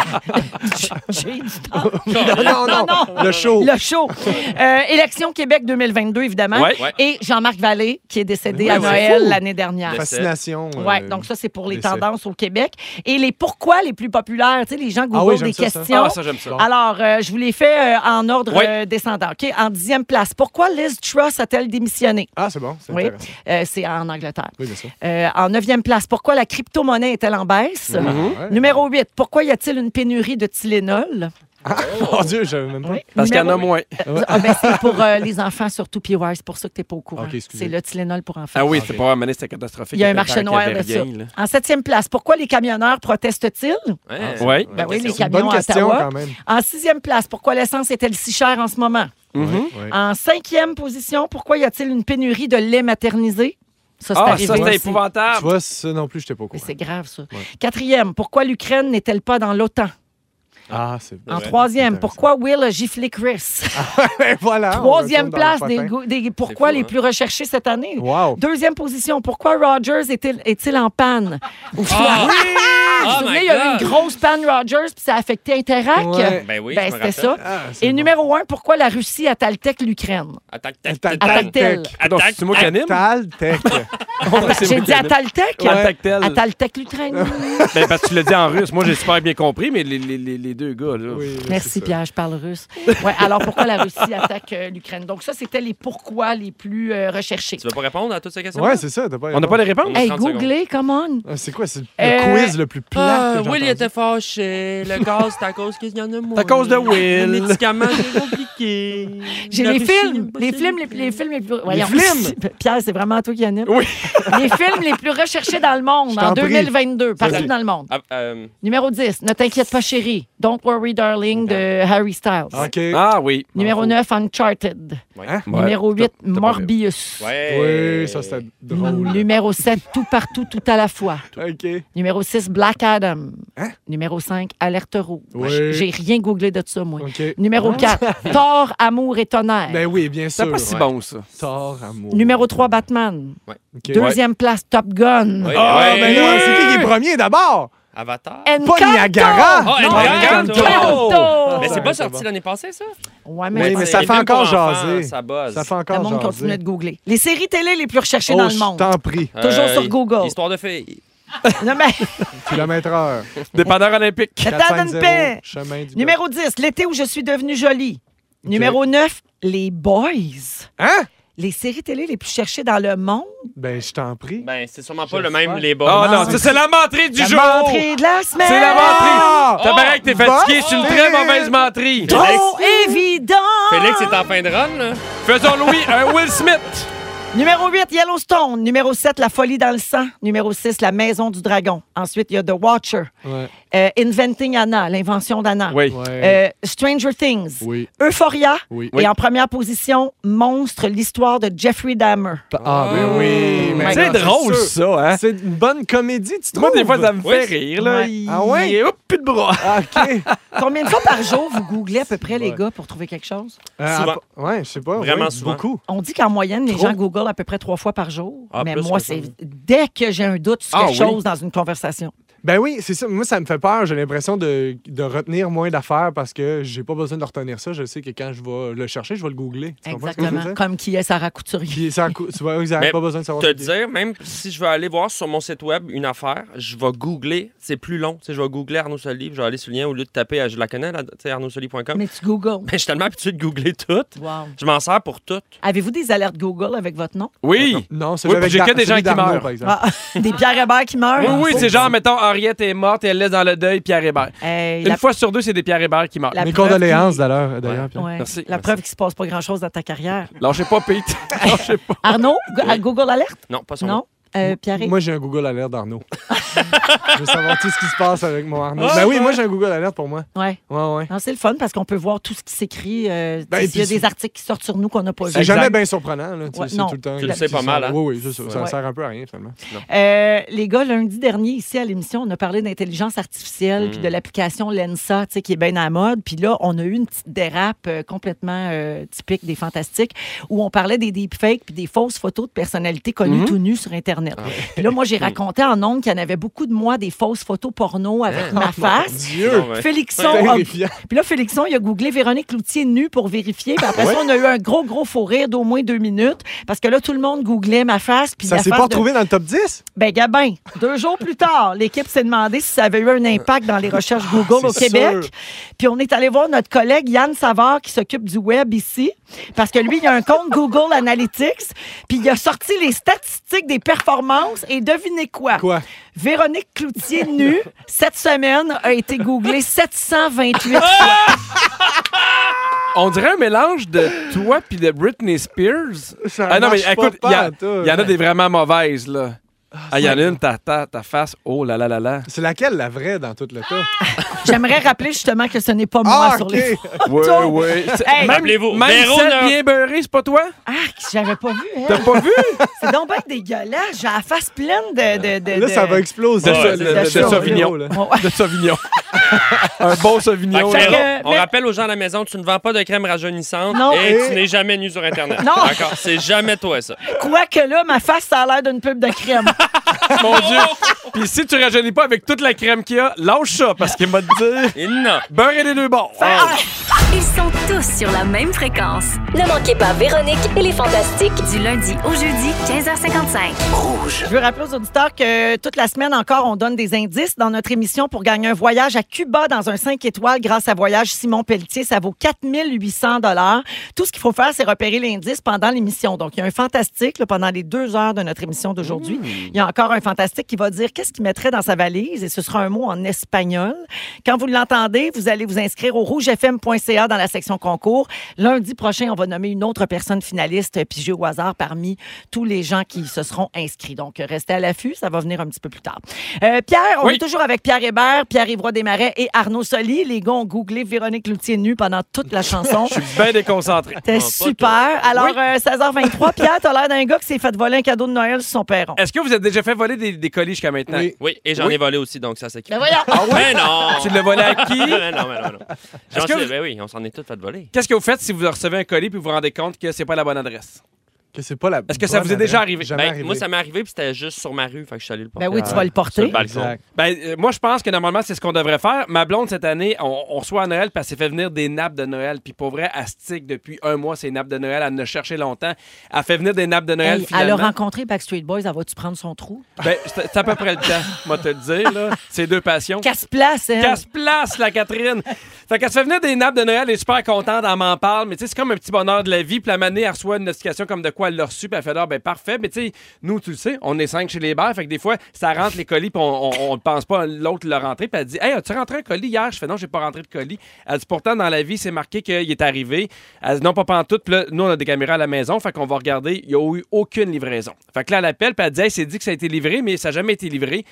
J'ai du temps. (laughs) (laughs) Non, (laughs) non. non, non. Le show. Le show. Euh, Élection Québec 2022, évidemment. Ouais. Ouais. Et Jean-Marc Vallée, qui est décédé Ouais, à ouais. Noël Fou. l'année dernière. Le- Fascination. euh, Ouais, donc ça, c'est pour les décès. tendances au Québec. Et les pourquoi les plus populaires, tu sais, les gens googlent Ah oui, j'aime des ça, ça. questions. Ah, ça, j'aime ça. Alors, euh, je vous les fais euh, en ordre Oui. euh, descendant. OK? En dixième place, pourquoi Liz Truss a-t-elle démissionné? Ah, c'est bon, c'est Oui, intéressant. euh, c'est en Angleterre. Oui, bien sûr. Euh, en neuvième place, pourquoi la crypto-monnaie est-elle en baisse? Mhm. Ouais. Numéro 8, pourquoi y a-t-il une pénurie de Tylenol? Oh, Mon Dieu, j'avais même pas. Parce qu'il y en Numéro- a moins. Ah, ben, c'est pour euh, les enfants surtout, puis ouais, c'est pour ça que t'es pas au courant. Ok, excusez. c'est le Tylenol pour enfants. Ah oui, c'est pas amené, c'était catastrophique. Il y a un était marché temps qu'il y noir avait de ça. rien, là. En septième place, pourquoi les camionneurs protestent-ils? Ouais. Ah, Ouais. Ben oui, les question. C'est une bonne camions à question Ottawa. quand même. En sixième place, pourquoi l'essence est-elle si chère en ce moment? Mhm. Ouais. En cinquième position, pourquoi y a-t-il une pénurie de lait maternisé? Ça, c'est (laughs) Ah, arrivé ça, c'était aussi. Tu épouvantable. vois, ça non plus, j'étais pas au Mais courant. C'est grave, ça. Quatrième, pourquoi l'Ukraine n'est-elle pas dans l'OTAN? Ah, c'est En vrai. (laughs) troisième, Intéressant. pourquoi Will a giflé (laughs) Chris? Ben voilà. on Troisième retourne dans le place, des, patin. go- des- pourquoi fou, les hein? plus recherchés cette année? Wow. Deuxième position, pourquoi Rogers est-il est-il en panne? Ou soit- Vous vous Oh souvenez, Ah! my il y a eu une God! grosse panne Rogers, puis ça a affecté Interac. Ouais. Ben oui, Ben, je me c'était rappelle. ça. Ah, c'est Et bon. numéro un, pourquoi la Russie attaque l'Ukraine? Attaque, tac, tac, tac. Attaque Attaque-t-elle. Ah non, c'est moi qui anime. Taltec. (laughs) C'est Ah, J'ai moi dit qui anime. Ataltec? Ouais. Attaque-t-elle. Ataltec l'Ukraine. Ben, parce que tu l'as dit en russe. Moi, j'ai super bien compris, mais les, les- les- les deux gars, là. Oui, là, c'est Merci ça. Pierre, je parle russe. Ouais, alors pourquoi la Russie attaque euh, l'Ukraine? Donc ça, c'était les pourquoi les plus euh, recherchés. Tu veux pas répondre à toutes ces questions? Ouais, c'est ça, t'as pas On n'a pas les réponses? Hey, 30 secondes. googlez, come on. Ah, C'est quoi, c'est le Euh, quiz le plus plat Ah, que j'ai Will il entendu. était fâché. Le gaz, c'est à cause qu'il y en a moins. à cause de Will. Les médicaments, (laughs) c'est compliqué. J'ai La les Russie, films, pas les ça. films, les, les films les plus... voyons. (laughs) films? Pierre, c'est vraiment toi qui anime. Oui. (laughs) les films les plus recherchés dans le monde Je en t'en prie. 2022, partout dans le monde. Ah, euh, Numéro 10, Ne t'inquiète pas chérie, Don't Worry Darling de Harry Styles. OK. Ah oui. Numéro 9, Uncharted. ouais. Ouais. Numéro 8, T'as- t'as pas raison. Morbius. Ouais. Hein? Oui, ça, c'était drôle. Numéro 7, Tout partout, tout à la fois. OK. Numéro 6, Black Adam. Hein? Numéro 5, Alerte rouge. Oui. J- J'ai rien googlé de ça, moi. OK. Ah. Numéro (laughs) 4, Thor, Amour et Tonnerre. Ben oui, bien C'est sûr. pas si bon, ça. Tort, amour. Numéro 3, Batman. OK. Deuxième place, Top Gun. Ouais. Ah, Ouais. ben là, c'est qui qui est premier d'abord? Avatar. Encanto! Pas Niagara! Ah, Non, Encanto! Encanto! Mais ça, c'est pas c'est sorti bon. l'année passée, ça? Ouais, Oui, mais, mais ça Les fait films encore pour enfants, jaser. Ça buzz. Ça fait encore le monde jaser. continue de googler. Les séries télé les plus recherchées Oh, dans le je monde. t'en prie. Toujours sur Google. Histoire de filles. (laughs) Non, mais- Kilomètre heure. Dépendeur olympique. Le temps d'une 450, paix. Chemin du Numéro 10, L'été où je suis devenue jolie. Numéro 9, Les Boys. Hein? Les séries télé les plus cherchées dans le monde. Ben, je t'en prie. Ben, c'est sûrement pas Je le Ah, même, sais. les Oh bas. non, ça, c'est la menterie du La jour. menterie de la Ah! semaine. C'est la Ah! menterie. Tabarnak, t'es fatigué. Bon. C'est une très mauvaise menterie. Trop évident. Félix est en fin de run, là. Faisons Louis un Will Smith. Numéro 8, Yellowstone. Numéro 7, La folie dans le sang. Numéro 6, La maison du dragon. Ensuite, il y a The Watcher. Ouais. Euh, Inventing Anna, l'invention d'Anna. Oui. Ouais. Euh, Stranger Things. oui. Euphoria. Oui. Et en première position, Monstre, l'histoire de Jeffrey Dahmer. Ah, ben oui. mais Oh. C'est non, drôle, sûr. ça, hein? C'est une bonne comédie, tu trouves? Moi, des fois, ça me fait Oui. rire, là. Ouais. Il- Ah ouais? il est- hop, plus de bras. Ah, OK. Euh, Combien de fois par jour vous googlez à peu près, les Ouais. gars, pour trouver quelque chose? Souvent. Euh, à- Ouais, je sais pas. Vraiment ouais, souvent. Beaucoup. On dit qu'en moyenne, les Trop. gens googlent à peu près trois fois par jour. Ah, mais plus moi, que ça, c'est oui. dès que j'ai un doute sur Ah, quelque oui. chose dans une conversation. Ben oui, c'est ça. Moi, ça me fait peur. J'ai l'impression de, de retenir moins d'affaires parce que j'ai pas besoin de retenir ça. Je sais que quand je vais le chercher, je vais le googler. Tu comprends ce que je veux Exactement. dire? Comme qui est Sarah Couturier. Puis ça, cou- tu vois, ils n'avaient Mais pas besoin de savoir. te ce qui- dire, même si je veux aller voir sur mon site web une affaire, je vais googler, c'est plus long. Tu sais, je vais googler Arnaud Soli, puis je vais aller sur le lien au lieu de taper, à- je la connais, là, tu sais, arnaudsoli.com. (laughs) Mais Mais tu googles. je suis tellement habitué de googler tout. Wow. Je m'en sers pour tout. Avez-vous des alertes Google avec votre nom? Oui. Non, c'est Oui, puis j'ai que des gens qui meurent. Par exemple. Ah, des Pierre Hébert qui meurent? Oui, oui, c'est genre, mettons, Henriette est morte et elle laisse dans le deuil Pierre Hébert. Hey, Une la, fois sur deux, c'est des Pierre Hébert qui meurent. La- Mes preuve condoléances qui- d'ailleurs. d'ailleurs, Pierre. ouais. Merci, la merci. preuve qu'il ne se passe pas grand-chose dans ta carrière. Lâchez pas, Pete. Lâchez pas. Arnaud, go- à Google Alert? Non, pas sur moi. Non? Euh, Pierre? Moi, j'ai un Google Alert d'Arnaud. je veux savoir tout ce qui se passe avec mon Arnaud. ben oui, moi, j'ai un Google Alert pour moi. Ouais. Ouais, ouais. Non, c'est le fun parce qu'on peut voir tout ce qui s'écrit. euh, Ben, tu sais, et s'il y a puis- des articles qui sortent sur nous qu'on n'a pas C'est vus. jamais bien surprenant. Là. Tu Ouais, sais, non. tout le temps. Tu le sais pas mal, hein? Oui, oui, c'est ça. Ça Ouais. sert un peu à rien, finalement. Euh, les gars, lundi dernier, ici à l'émission, on a parlé d'intelligence artificielle puis de l'application Lensa, tu sais, qui est bien à la mode. Puis là, on a eu une petite dérape euh, complètement euh, typique des fantastiques où on parlait des deepfakes puis des fausses photos de personnalités connues tout nues sur Internet. Puis là, moi, j'ai raconté en ondes qu'il y en avait beaucoup de moi des fausses photos porno avec ma face. Dieu! Non, ouais. Félixon a Terrifiant. puis là, Félixon, il a googlé Véronique Loutier nue pour vérifier. Puis après ça, on a eu un gros, gros faux rire d'au moins deux minutes. Parce que là, tout le monde googlait ma face. Puis Ça la s'est face pas de- retrouvé dans le top 10? Ben, Gabin, deux jours plus tard, l'équipe s'est demandé si ça avait eu un impact dans les recherches Google au Ah, c'est Québec. sûr. Puis on est allé voir notre collègue Yann Savard qui s'occupe du web ici. Parce que lui, il a un compte Google Analytics. Puis il a sorti les statistiques des performances. Et devinez Quoi? Véronique Cloutier nue, cette semaine, a été googlée 728 Ah! fois. On dirait un mélange de toi puis de Britney Spears. Ça ah non, mais marche pas, écoute, il y, a- pas, toi. il y en a des vraiment mauvaises, là. Ah, il y en a une, ta, ta, ta face. Oh là là là là. C'est laquelle la vraie dans tout le top? J'aimerais rappeler justement que ce n'est pas moi sur Ah, OK. les (laughs) Ah, Oui, photos. oui. Hey, Euh, Même, Rappelez-vous, même Véro, celle là. bien beurrée, c'est pas toi? arc, j'avais pas vu. hein. T'as pas vu? (laughs) C'est donc bien dégueulasse. J'ai la face pleine de. de, de- Là, ça de- va exploser. Ouais, ça, c'est le- ça. le- le Sauvignon. Sauvignon, là. Ouais, ouais. De Sauvignon. (laughs) un bon Fait que Sauvignon. Fait Véro, que- on mais- rappelle aux gens à la maison, tu ne vends pas de crème rajeunissante Non. et Et- tu n'es jamais nu sur Internet. Non. D'accord, c'est jamais toi ça. Quoique là, ma face, ça a l'air d'une pub de crème. Oh! Mon Dieu. Puis si tu rajeunis pas avec toute la crème qu'il y a, lâche ça parce qu'il m'a dit Et non. beurre et les deux bords. Ils sont tous sur la même fréquence. Ne manquez pas Véronique et les Fantastiques. Du lundi au jeudi, 15h55. Je veux rappeler aux auditeurs que toute la semaine encore, on donne des indices dans notre émission pour gagner un voyage à Cuba dans un 5 étoiles grâce à Voyage Simon Pelletier. Ça vaut 4800 dollars. Tout ce qu'il faut faire, c'est repérer l'indice pendant l'émission. Donc, il y a un fantastique là, pendant les deux heures de notre émission d'aujourd'hui. Il y a encore un fantastique qui va dire qu'est-ce qu'il mettrait dans sa valise et ce sera un mot en espagnol. Quand vous l'entendez, vous allez vous inscrire au rougefm.ca dans la section concours. Lundi prochain, on va nommer une autre personne finaliste pigée au hasard parmi tous les gens qui se seront inscrits. Donc, restez à l'affût, ça va venir un petit peu plus tard. Euh, Pierre, on Oui. est toujours avec Pierre Hébert, Pierre Ivroy Desmarais et Arnaud Soli. Les gars ont googlé Véronique Loutier nue pendant toute la (laughs) chanson. Ah, Bien déconcentré. C'était super. Alors, euh, 16h23, Pierre, t'as l'air d'un gars qui s'est fait voler un cadeau de Noël sur son perron. Est-ce que vous êtes déjà fait voler des, des colis jusqu'à maintenant? Oui. Oui, et j'en ai volé aussi, donc ça c'est Ah qui? Ben (laughs) voyons. Mais non! (laughs) Tu l'as volé à qui? (laughs) Mais non, mais non, non. J'en ben que sais- vous- ben oui, on s'en est tous fait voler. Qu'est-ce que vous faites si vous recevez un colis puis vous vous rendez compte que c'est pas la bonne adresse? Que c'est pas la. Est-ce que ça bonne vous est déjà adresse. arrivé? Jamais Ben, arrivé. moi, ça m'est arrivé, puis c'était juste sur ma rue, fait que je suis allé le porter. Ben oui, tu vas le Sur porter. le balcon. Exact. Ben, euh, moi, je pense que normalement, c'est ce qu'on devrait faire. Ma blonde, cette année, on, on reçoit à Noël parce qu'elle s'est fait venir des nappes de Noël. Puis pour vrai, elle stick depuis un mois ces nappes de Noël. Elle en a cherché longtemps. Elle fait venir des nappes de Noël. Hey, elle a finalement. rencontré Backstreet Boys, elle va-tu prendre son trou? Ben, c'est c'est à peu près le temps, moi te le dire. Là. C'est deux passions. Casse-place, elle. Casse-place, la Catherine. Fait qu'elle se fait venir des nappes de Noël, elle est super contente, elle m'en parle, mais tu sais, c'est comme un petit bonheur de la vie. Puis la manée, elle reçoit une notification comme de quoi elle l'a reçu, puis elle fait là, ben parfait. Mais tu sais, nous, tu le sais, on est cinq chez les bars, fait que des fois, ça rentre les colis, puis on- on on ne pense pas, l'autre l'a rentré, puis elle dit, hey, as-tu rentré un colis hier? Je fais non, j'ai pas rentré de colis. Elle dit, pourtant, dans la vie, c'est marqué qu'il est arrivé. Elle dit, non, pas pantoute, puis là, nous, on a des caméras à la maison, fait qu'on va regarder, il n'y a eu aucune livraison. Fait que là, elle appelle, puis elle dit, hey, c'est dit que ça a été livré, mais ça n'a jamais été livré.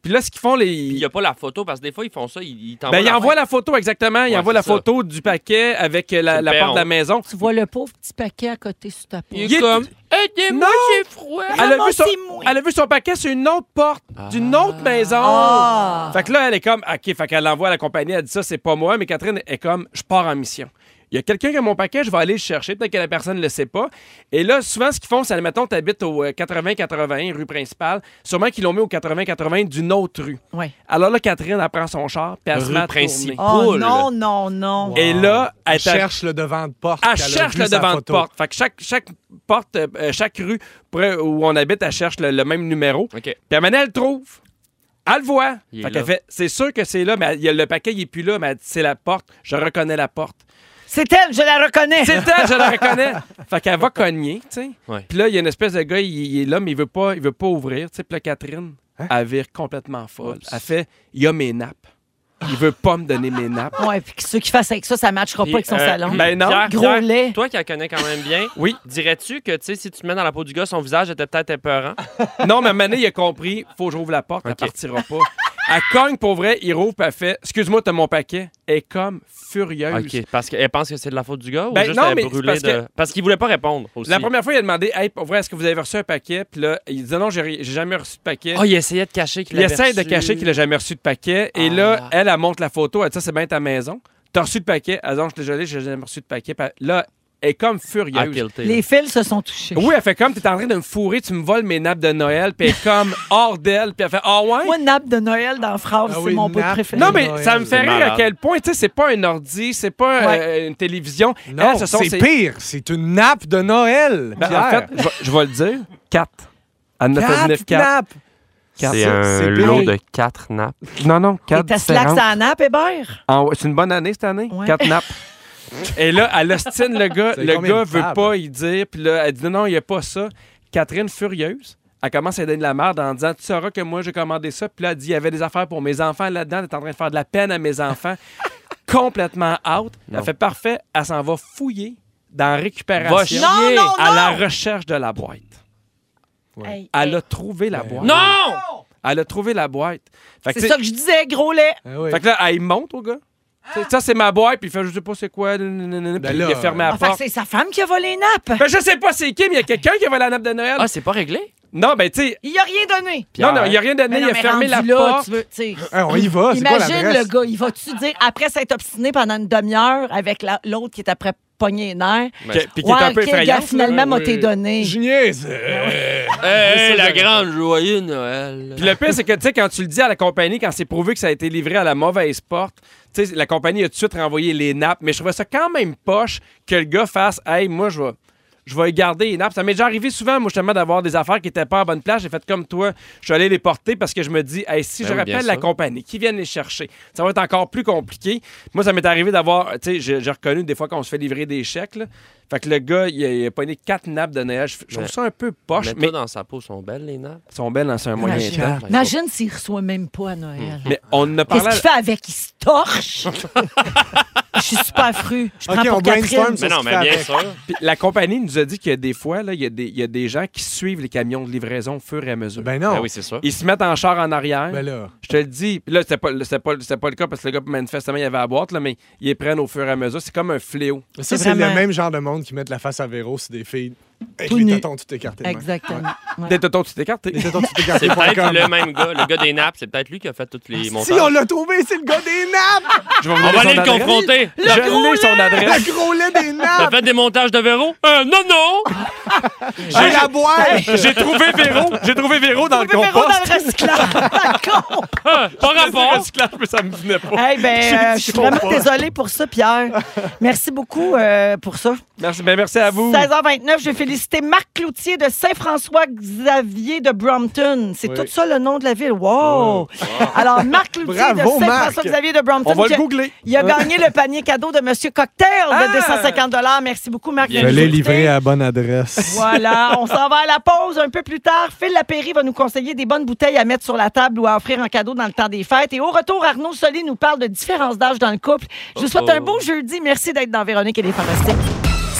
Puis là, ce qu'ils font, les... Il n'y a pas la photo parce que des fois, ils font ça. Ils, ils t'envoient Ben, il la envoie photo. la photo, exactement. Il Ouais, envoie c'est la ça. photo du paquet avec euh, la, Tu la le porte de la perds, maison. Tu vois le pauvre petit paquet à côté sur ta peau. Il est- Aidez-moi, Non! j'ai froid. Elle a, vu son, Ramassez-moi. elle a vu son paquet sur une autre porte d'une autre maison. Ah. Fait que là, elle est comme, OK, fait qu'elle l'envoie à la compagnie, elle dit ça, c'est pas moi, mais Catherine est comme, je pars en mission. Il y a quelqu'un qui a mon paquet, je vais aller le chercher. Peut-être que la personne ne le sait pas. Et là, souvent, ce qu'ils font, c'est, admettons, tu habites au euh, 80-80, rue principale. Sûrement qu'ils l'ont mis au 80-80 d'une autre rue. Ouais. Alors là, Catherine, elle prend son char, puis elle se Rue met à tourner. principale. Oh Poule. non, non, non. Et là, elle Elle t'a- cherche le devant de porte. elle qu'elle a Ah, cherche vu le sa devant de photo. porte. Fait que chaque, chaque porte, euh, euh, chaque rue près où on habite, elle cherche le, le même numéro. OK. Puis à un moment donné, elle le trouve. Elle le voit. Il est Fait là. qu'elle fait, c'est sûr que c'est là, mais elle- il y a- le paquet, il est plus là, mais elle dit, c'est la porte. Je reconnais la porte. C'est elle, je la reconnais. C'est (laughs) elle, je la reconnais. Fait qu'elle va cogner, tu sais. Ouais. Puis là, il y a une espèce de gars, il, il est là, mais il veut pas, il veut pas ouvrir. Tu sais, puis là, Catherine, Hein? elle vire complètement folle. Elle fait, il y a mes nappes. Il veut pas me donner mes nappes. Ouais, puis ceux qui fassent avec ça, ça matchera pas Puis, avec son euh, salon. ben non. Pierre, Gros Pierre, lait. Toi qui la connais quand même bien, (laughs) Oui. dirais-tu que tu sais, si tu te mets dans la peau du gars, son visage était peut-être épeurant? Non, mais Mané, il a compris. Faut que j'ouvre la porte, elle Ok. partira pas. Elle cogne pour vrai, il rouvre, puis elle fait Excuse-moi, t'as mon paquet. Elle est comme furieuse. OK. Parce qu'elle pense que c'est de la faute du gars ou Ben juste non, elle mais est c'est brûlée parce parce que- de. Parce qu'il voulait pas répondre aussi. La première fois, il a demandé Hey, pour vrai, est-ce que vous avez reçu un paquet Puis là, il dit Non, j'ai ri- j'ai jamais reçu de paquet. Oh, il essayait de cacher qu'il il avait essaie de reçu. cacher qu'il a jamais reçu de paquet. Et Ah. là, elle, elle montre la photo. Elle dit Ça, c'est bien ta maison. T'as reçu de paquet. Elle dit Non, je suis désolé, j'ai jamais reçu de paquet. Puis là, elle est comme furieuse. Ah, tilté, là. Les fils se sont touchés. Oui, elle fait comme T'es en train de me fourrer, tu me voles mes nappes de Noël. Puis elle (laughs) est comme hors d'elle. Puis elle fait Ah ouais Moi, nappe de Noël dans France, Ah c'est oui, mon bout nappe. préféré. Non, mais Noël, ça me fait c'est rire malade. à quel point, tu sais, c'est pas un ordi, c'est pas euh, une télévision. Non, Elles, ce sont c'est ces- pire. C'est une nappe de Noël. Ben, en Pierre. fait, je vais- je vais le dire. 4. À 9 Quatre nappes. C'est c'est un bien. lot de quatre nappes. Non, non, 4 Et ta slack, ça nappe, Hébert? Ah C'est une bonne année cette année. Ouais. 4 nappes. (laughs) Et là, elle ostine le gars. C'est Le combien gars de veut tables? pas y dire. Puis là, elle dit non, non, il n'y a pas ça. Catherine, furieuse, elle commence à donner de la merde en disant Tu sauras que moi, j'ai commandé ça. Puis là, elle dit Il y avait des affaires pour mes enfants là-dedans. T'es en train de faire de la peine à mes (laughs) enfants. Complètement out. Non. Elle fait parfait. Elle s'en va fouiller dans récupération. Va chier. Non, non, non! À la recherche de la boîte. Hey, Elle hey. a trouvé la boîte. Non! Elle a trouvé la boîte. Fait que, C'est tu sais, ça que je disais, gros lait. Ah oui. fait que là, elle monte au gars. Tu sais, Ça, c'est ma boîte, puis il fait je sais pas c'est quoi. nanana, Ben puis là, il a euh, fermé la Enfin, porte. Ah, c'est sa femme qui a volé les nappes. Ben, je sais pas c'est qui, mais il y a quelqu'un qui avait la nappe de Noël. Ah, c'est pas réglé? non, ben, tu sais, Il a rien donné. non, non, il a rien donné, Mais non, il a mais fermé la rendu là, porte. tu veux, tu sais. Hein, on y va. C'est quoi Imagine le l'adresse? gars, il va-tu dire, après s'être obstiné pendant une demi-heure avec la- l'autre qui est après pogné les nerfs, Que- Puis qui ouais, est un peu quel gars effrayant. finalement m'a Ah, Oui. été donné? Je niaise, euh, Ah, Hey, la grande joyeux Noël. Ah Puis le pire, c'est que, tu sais, quand tu le dis à la compagnie, quand c'est prouvé que ça a été livré à la mauvaise porte, tu sais, la compagnie a tout de suite renvoyé les nappes. Mais je trouvais ça quand même poche que le gars fasse Hey, moi, je vais. Je vais y garder les nappes. Ça m'est déjà arrivé souvent, moi, justement, d'avoir des affaires qui n'étaient pas à bonne place. J'ai fait comme toi. Je suis allé les porter parce que je me dis, hey, si Ben je oui, bien rappelle la sûr. compagnie, qui viennent les chercher, ça va être encore plus compliqué. Moi, ça m'est arrivé d'avoir, tu sais, j'ai j'ai reconnu des fois qu'on se fait livrer des chèques. là. Fait que le gars, il a, il a pogné quatre nappes de neige. Je trouve Mais- ça un peu poche, mais, mais dans sa peau, sont belles, les nappes. elles sont belles dans un moyen Imagine. temps. Imagine s'il reçoit même pas à Noël. Mais on a parlé. Qu'est-ce à- qu'il fait avec? Il se torche? Je suis super fru. Je prends Ok, on pour Catherine. brainstorm. Mais Ça, non, c'est mais bien fait sûr. Puis la compagnie nous a dit qu'il y a des fois, là, il, y a des, il y a des gens qui suivent les camions de livraison au fur et à mesure. Ben Ben non. oui, c'est sûr. Ils se mettent en char en arrière. Ben là. je te le dis. Puis là, c'était pas, c'était pas, c'était pas le cas parce que le gars, manifestement, il avait la boîte, là, mais ils les prennent au fur et à mesure. C'est comme un fléau. Ça, C'est c'est le vraiment- même genre de monde qui met la face à Véro sur des filles avec Tout les nu. tétons tout écartés. de même. Exactement. Ouais. T'es tonton, tu t'écartes. t'es- Les tétons tout (laughs) C'est écartés. point peut-être com. le même gars, le gars des nappes, c'est peut-être lui qui a fait toutes Ah, les Si montages. on l'a trouvé, c'est le gars des nappes! Je vais vous On donner va son aller le adresse. confronter. Je l'ai, son adresse. Le gros lait (laughs) des T'as nappes! fait des montages de Véro? Euh, non, (laughs) non! J'ai la boîte! (laughs) J'ai trouvé Véro. J'ai trouvé Véro dans le Numéro dans compost. le (laughs) recyclage. Con. Ah, pas rapport! recyclage, mais ça me venait pas. Hey, (laughs) ben, euh, je suis vraiment désolée pour ça, Pierre. Merci beaucoup euh, pour ça. Merci, ben, merci à Mm. vous. 16h29, je vais féliciter Marc Cloutier de Saint-François-Xavier de Brompton. C'est Oui. tout ça le nom de la ville. Wow! (laughs) Alors, Marc Cloutier Bravo, de Marc. Saint-François-Xavier de Brompton. On va qui le a- googler. il a gagné le panier cadeau de Monsieur Cocktail de Ah! 250 Merci beaucoup, Marc. Bien Je de nous l'ai écouter. livré à la bonne adresse. (laughs) Voilà, on s'en va à la pause un peu plus tard. Phil Lapéry va nous conseiller des bonnes bouteilles à mettre sur la table ou à offrir en cadeau dans le temps des fêtes. Et au retour, Arnaud Soli nous parle de différence d'âge dans le couple. Je vous souhaite un beau jeudi. Merci d'être dans Véronique et les Fantastiques.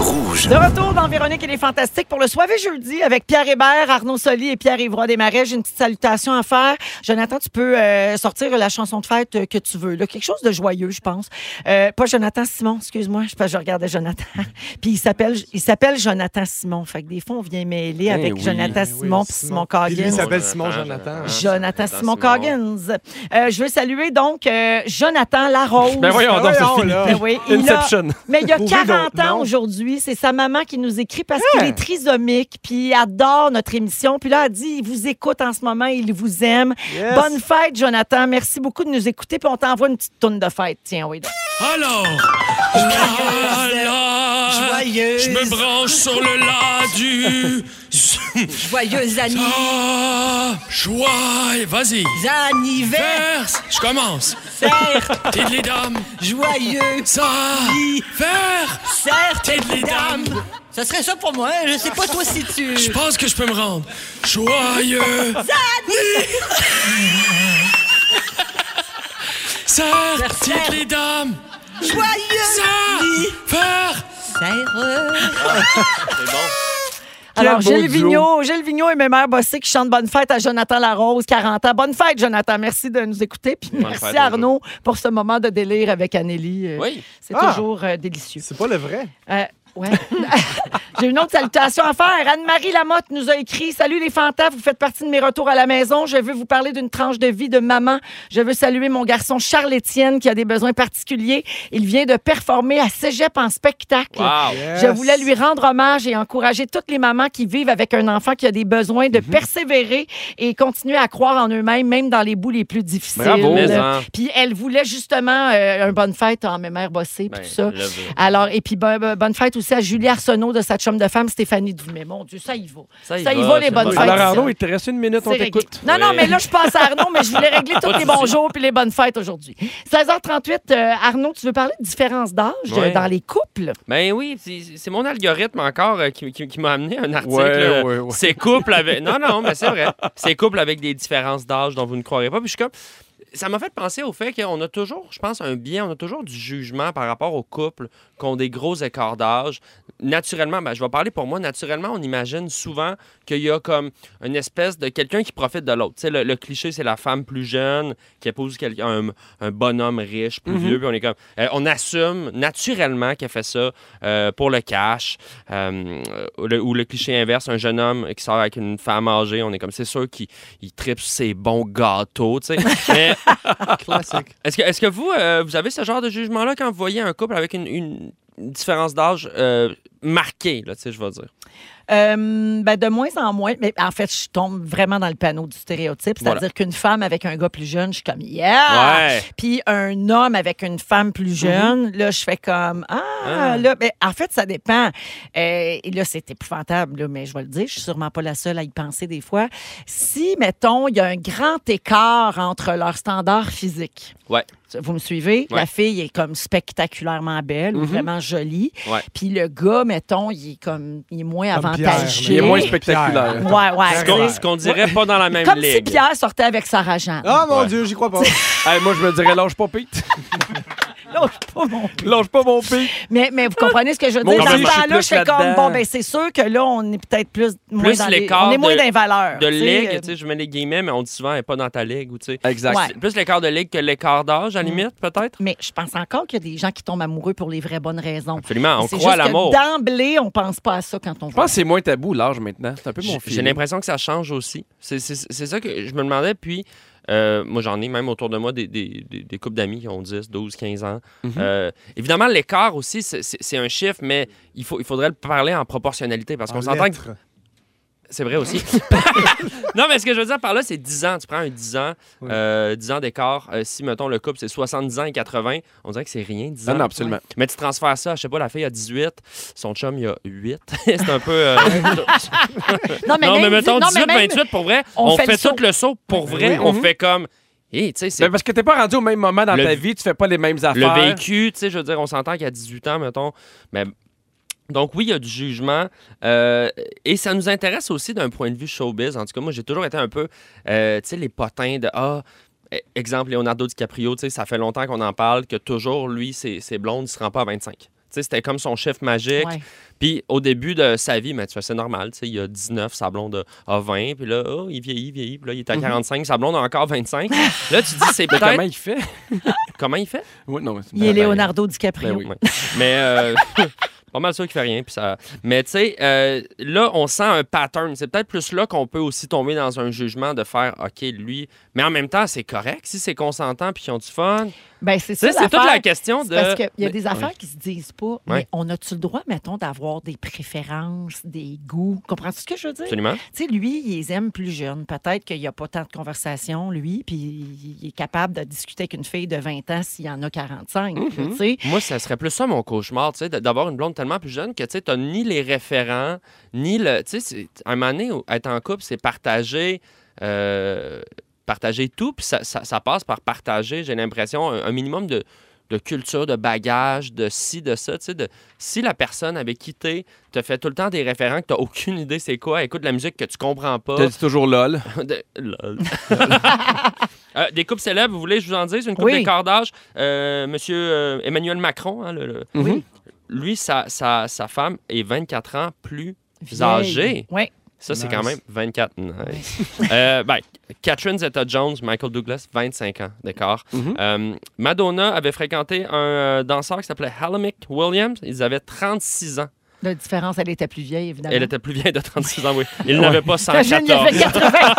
Rouge. De retour dans Véronique et les Fantastiques pour le soirée jeudi avec Pierre Hébert, Arnaud Soli et Pierre Évroy Desmarais. J'ai une petite salutation à faire. Jonathan, tu peux euh, sortir la chanson de fête euh, que tu veux. là. Quelque chose de joyeux, je pense. Euh, pas Jonathan Simon, excuse-moi. Je, parce que je regardais Jonathan. (laughs) Puis il s'appelle il s'appelle Jonathan Simon. Fait que des fois, on vient mêler avec oui. Jonathan Oui, Simon puis Simon Puis lui, il Coggins. s'appelle Simon Jonathan. Jonathan Simon Coggins. Euh, je veux saluer donc euh, Jonathan Larose. Ben voyons donc, Voyons, c'est fini. là. Ben oui, il a- Inception. mais il y a Trouver d'autres 40 ans noms. aujourd'hui, c'est sa maman qui nous écrit parce Ah! qu'il est trisomique, puis il adore notre émission. Puis là, elle dit, il vous écoute en ce moment, il vous aime. Yes. Bonne fête, Jonathan. Merci beaucoup de nous écouter, puis on t'envoie une petite tourne de fête. Tiens, oui. donc. Alors, Joyeuse, je me branche sur le la du joyeuse ah, joie. Et Vas-y, anniversaire, verse. Je commence. Tide les dames, joyeux, ça, verse. certes, Tide les dames. Ça serait ça pour moi, hein. je sais pas toi si tu... Je pense que je peux me rendre. Joyeux. Ça, tide les dames. Joyeux, Ça, verse. Ah, (laughs) Alors, beau Gilles duo. Vigneault, Gilles Vigneault et mes mères bossées qui chantent Bonne fête à Jonathan Larose, 40 ans. Bonne fête, Jonathan. Merci de nous écouter. Puis merci, fête, Arnaud, pour ce moment de délire avec Anélie. Euh, Oui. C'est Ah. toujours euh, délicieux. C'est pas le vrai. Euh, ouais. (laughs) J'ai une autre salutation à faire. Anne-Marie Lamotte nous a écrit Salut les fantas, vous faites partie de mes retours à la maison. Je veux vous parler d'une tranche de vie de maman. Je veux saluer mon garçon Charles-Étienne qui a des besoins particuliers. Il vient de performer à Cégep en spectacle. Wow. Yes. Je voulais lui rendre hommage et encourager toutes les mamans qui vivent avec un enfant qui a des besoins de persévérer et continuer à croire en eux-mêmes, même dans les bouts les plus difficiles. Bravo. Mais en- Puis elle voulait justement euh, un bonne fête en mémère bossée, puis Ben, tout ça. le veut. Alors, et puis bo- bo- bonne fête aussi à Julie Arsenault de sa chum de femme, Stéphanie Dumais. Mon Dieu, ça y va. Ça y, va, les Ah, c'est bonnes bon. fêtes. Alors, ça. Arnaud, il te reste une minute, on C'est réglé. t'écoute. Non, non, Oui. mais là, je passe à Arnaud, mais je voulais régler tous de les souci. bonjours puis les bonnes fêtes aujourd'hui. 16h38, euh, Arnaud, tu veux parler de différence d'âge euh, Ouais. dans les couples? Ben oui, c'est c'est mon algorithme encore euh, qui, qui- qui m'a amené un article. Ouais, euh, ouais, ouais. Ces couples avec. Non, non, mais c'est vrai. Ces couples avec des différences d'âge dont vous ne croirez pas. Puis je suis comme. Ça m'a fait penser au fait qu'on a toujours, je pense, un bien, on a toujours du jugement par rapport aux couples qui ont des gros écarts d'âge. Naturellement, ben, je vais parler pour moi, naturellement, on imagine souvent qu'il y a comme une espèce de quelqu'un qui profite de l'autre. Tu sais, Le, le cliché, c'est la femme plus jeune qui épouse quelqu'un, un, un bonhomme riche, plus Mm-hmm. vieux, puis on est comme. euh, on assume naturellement qu'elle fait ça euh, pour le cash. Euh, ou, le, ou le cliché inverse, un jeune homme qui sort avec une femme âgée, on est comme, c'est sûr qu'il il tripe sur ses bons (laughs) gâteaux, tu sais. Mais Classique. est-ce que, est-ce que vous, euh, vous avez ce genre de jugement-là quand vous voyez un couple avec une, une différence d'âge euh, marquée, là, tu sais, je vais dire? Euh, ben, de moins en moins. Mais en fait, je tombe vraiment dans le panneau du stéréotype. C'est-à-dire Voilà. qu'une femme avec un gars plus jeune, je suis comme Yeah! Ouais. Mm-hmm. Puis un homme avec une femme plus jeune, là, je fais comme Ah! Ah. Là, ben, en fait, ça dépend. Euh, et là, c'est épouvantable, là, mais je vais le dire, je suis sûrement pas la seule à y penser des fois. Si, mettons, il y a un grand écart entre leur standard physique. Ouais. Vous me suivez? Ouais. Mm-hmm. La fille est comme spectaculairement belle, ou vraiment jolie. Ouais. Puis le gars, mettons, il est comme il est moins Comme Pierre, avantageux. Il est moins Pierre. spectaculaire. Ouais, ouais. Pierre. Ce tu qu'on, sais. ce qu'on dirait pas dans la même Comme si ligue. (laughs) Pierre sortait avec Sarah Jeanne. Ah mon Dieu, (laughs) j'y crois pas. Hey, moi, je me dirais, lâche pas Pete. Là, je suis pas bon. Lâche pas mon Pete. Mais, mais vous comprenez ce que je veux Moi dire? Dans aussi, ce je suis temps-là, je plus fais comme, là-dedans. bon, ben c'est sûr que là, on est peut-être plus, moins Plus dans les, l'écart on est moins de- dans les valeurs. De tu sais, ligue, euh, tu sais, je mets les guillemets, mais on dit souvent, elle est pas dans ta ligue, ou tu sais. Exact. Ouais. Plus l'écart de ligue que l'écart d'âge, à la limite, peut-être? Mm. Mais je pense encore qu'il y a des gens qui tombent amoureux pour les vraies bonnes raisons. Absolument, on C'est croit à juste que l'amour. D'emblée, on pense pas à ça quand on Je pense que c'est moins tabou, l'âge, maintenant. C'est un peu mon J- fils. J'ai l'impression que ça change aussi. C'est c'est- c'est ça que je me demandais. Puis, euh, moi, j'en ai même autour de moi des, des, des- des couples d'amis qui ont 10, 12, 15 ans. Mhm. Euh, évidemment, l'écart aussi, c'est- c'est c'est un chiffre, mais il, faut, il faudrait le parler en proportionnalité parce qu'on En s'entend que lettres. c'est (laughs) vrai aussi. non, mais ce que je veux dire par là, c'est 10 ans. Tu prends un 10 ans, Ouais. euh, 10 ans d'écart. Euh, si, mettons, le couple, c'est 70 ans et 80, on dirait que c'est rien, 10 ans. Non, non, absolument. Mais tu transfères ça, je sais pas, la fille a 18, son chum, il a 8. (laughs) c'est un peu... euh, (laughs) (laughs) Non, non, mais même- mettons non, 18, mais même- 28, pour vrai, on on, fait fait, le saut. tout le saut pour vrai. oui. On Mhm. fait comme... Hé, tu sais, c'est Mais parce que t'es pas rendu au même moment dans Le- ta vie, tu fais pas les mêmes le affaires. vécu, tu sais, je veux dire, on s'entend qu'à 18 ans, mettons. Mais... Donc oui, il y a du jugement. euh, et ça nous intéresse aussi d'un point de vue showbiz. En tout cas, moi, j'ai toujours été un peu, euh, tu sais, les potins de... Ah, eh, exemple, Leonardo DiCaprio, tu sais, ça fait longtemps qu'on en parle, que toujours, lui, ses, ses blondes, il se rend pas à 25. Tu sais, C'était comme son chef magique. Ouais. Puis au début de sa vie, mais tu fais, c'est normal, tu sais, il a 19, sa blonde a 20, puis là, oh, il vieillit, il vieillit, puis là, il est à 45, sa blonde a encore 25. là, tu dis, c'est (laughs) Mais Comment peut-être... il fait? Comment il fait? Oui, non, mais c'est- Il est Leonardo DiCaprio. Ben oui. Ouais. Mais euh, (laughs) pas mal sûr qu'il fait rien. Puis ça... Mais tu sais, euh, là, on sent un pattern. C'est peut-être plus là qu'on peut aussi tomber dans un jugement de faire OK, lui. Mais en même temps, c'est correct si c'est consentant puis qu'ils ont du fun. Ben, c'est Tu sais, ça. c'est toute l'affaire. la question C'est de. Parce qu'il y a Mais- des affaires qui se disent pas, Ouais. mais on a-tu le droit, mettons, d'avoir des préférences, des goûts? Comprends-tu ce que je veux dire? Absolument. Tu sais, lui, il les aime plus jeunes. Peut-être qu'il n'y a pas tant de conversations, lui, puis il est capable de discuter avec une fille de 20 ans s'il y en a 45. là, tu sais. Mhm. Moi, ça serait plus ça mon cauchemar, tu sais, de- d'avoir une blonde tellement plus jeune que tu sais, t'as ni les référents, ni le. Tu sais, c'est- à un moment donné, où- être en couple, c'est partager. euh, partager tout, puis ça, ça- ça passe par partager, j'ai l'impression, un, un minimum de, de culture, de bagage, de ci, de ça. tu sais, De, si la personne avec qui t'es te fait tout le temps des référents que t'as aucune idée c'est quoi, écoute de la musique que tu comprends pas. T'as dit toujours LOL. (laughs) De- (laughs) lol. Euh, des coupes célèbres, vous voulez, je vous en dise, une coupe Oui. d'écart d'âge. Euh, monsieur euh, Emmanuel Macron, hein, le- le- Oui. lui, sa, sa, sa femme est 24 ans plus Vieille. âgée. Ouais. Ça, c'est Nice. quand même 24. Nice. Euh, ben, Catherine Zeta-Jones, Michael Douglas, 25 ans d'écart. Mhm. Euh, Madonna avait fréquenté un euh, danseur qui s'appelait Hallamick Williams. Ils avaient 36 ans. La différence, elle était plus vieille, évidemment. Elle était plus vieille de 36 ans, oui. Il n'avait pas La jeune, il 114. avait 80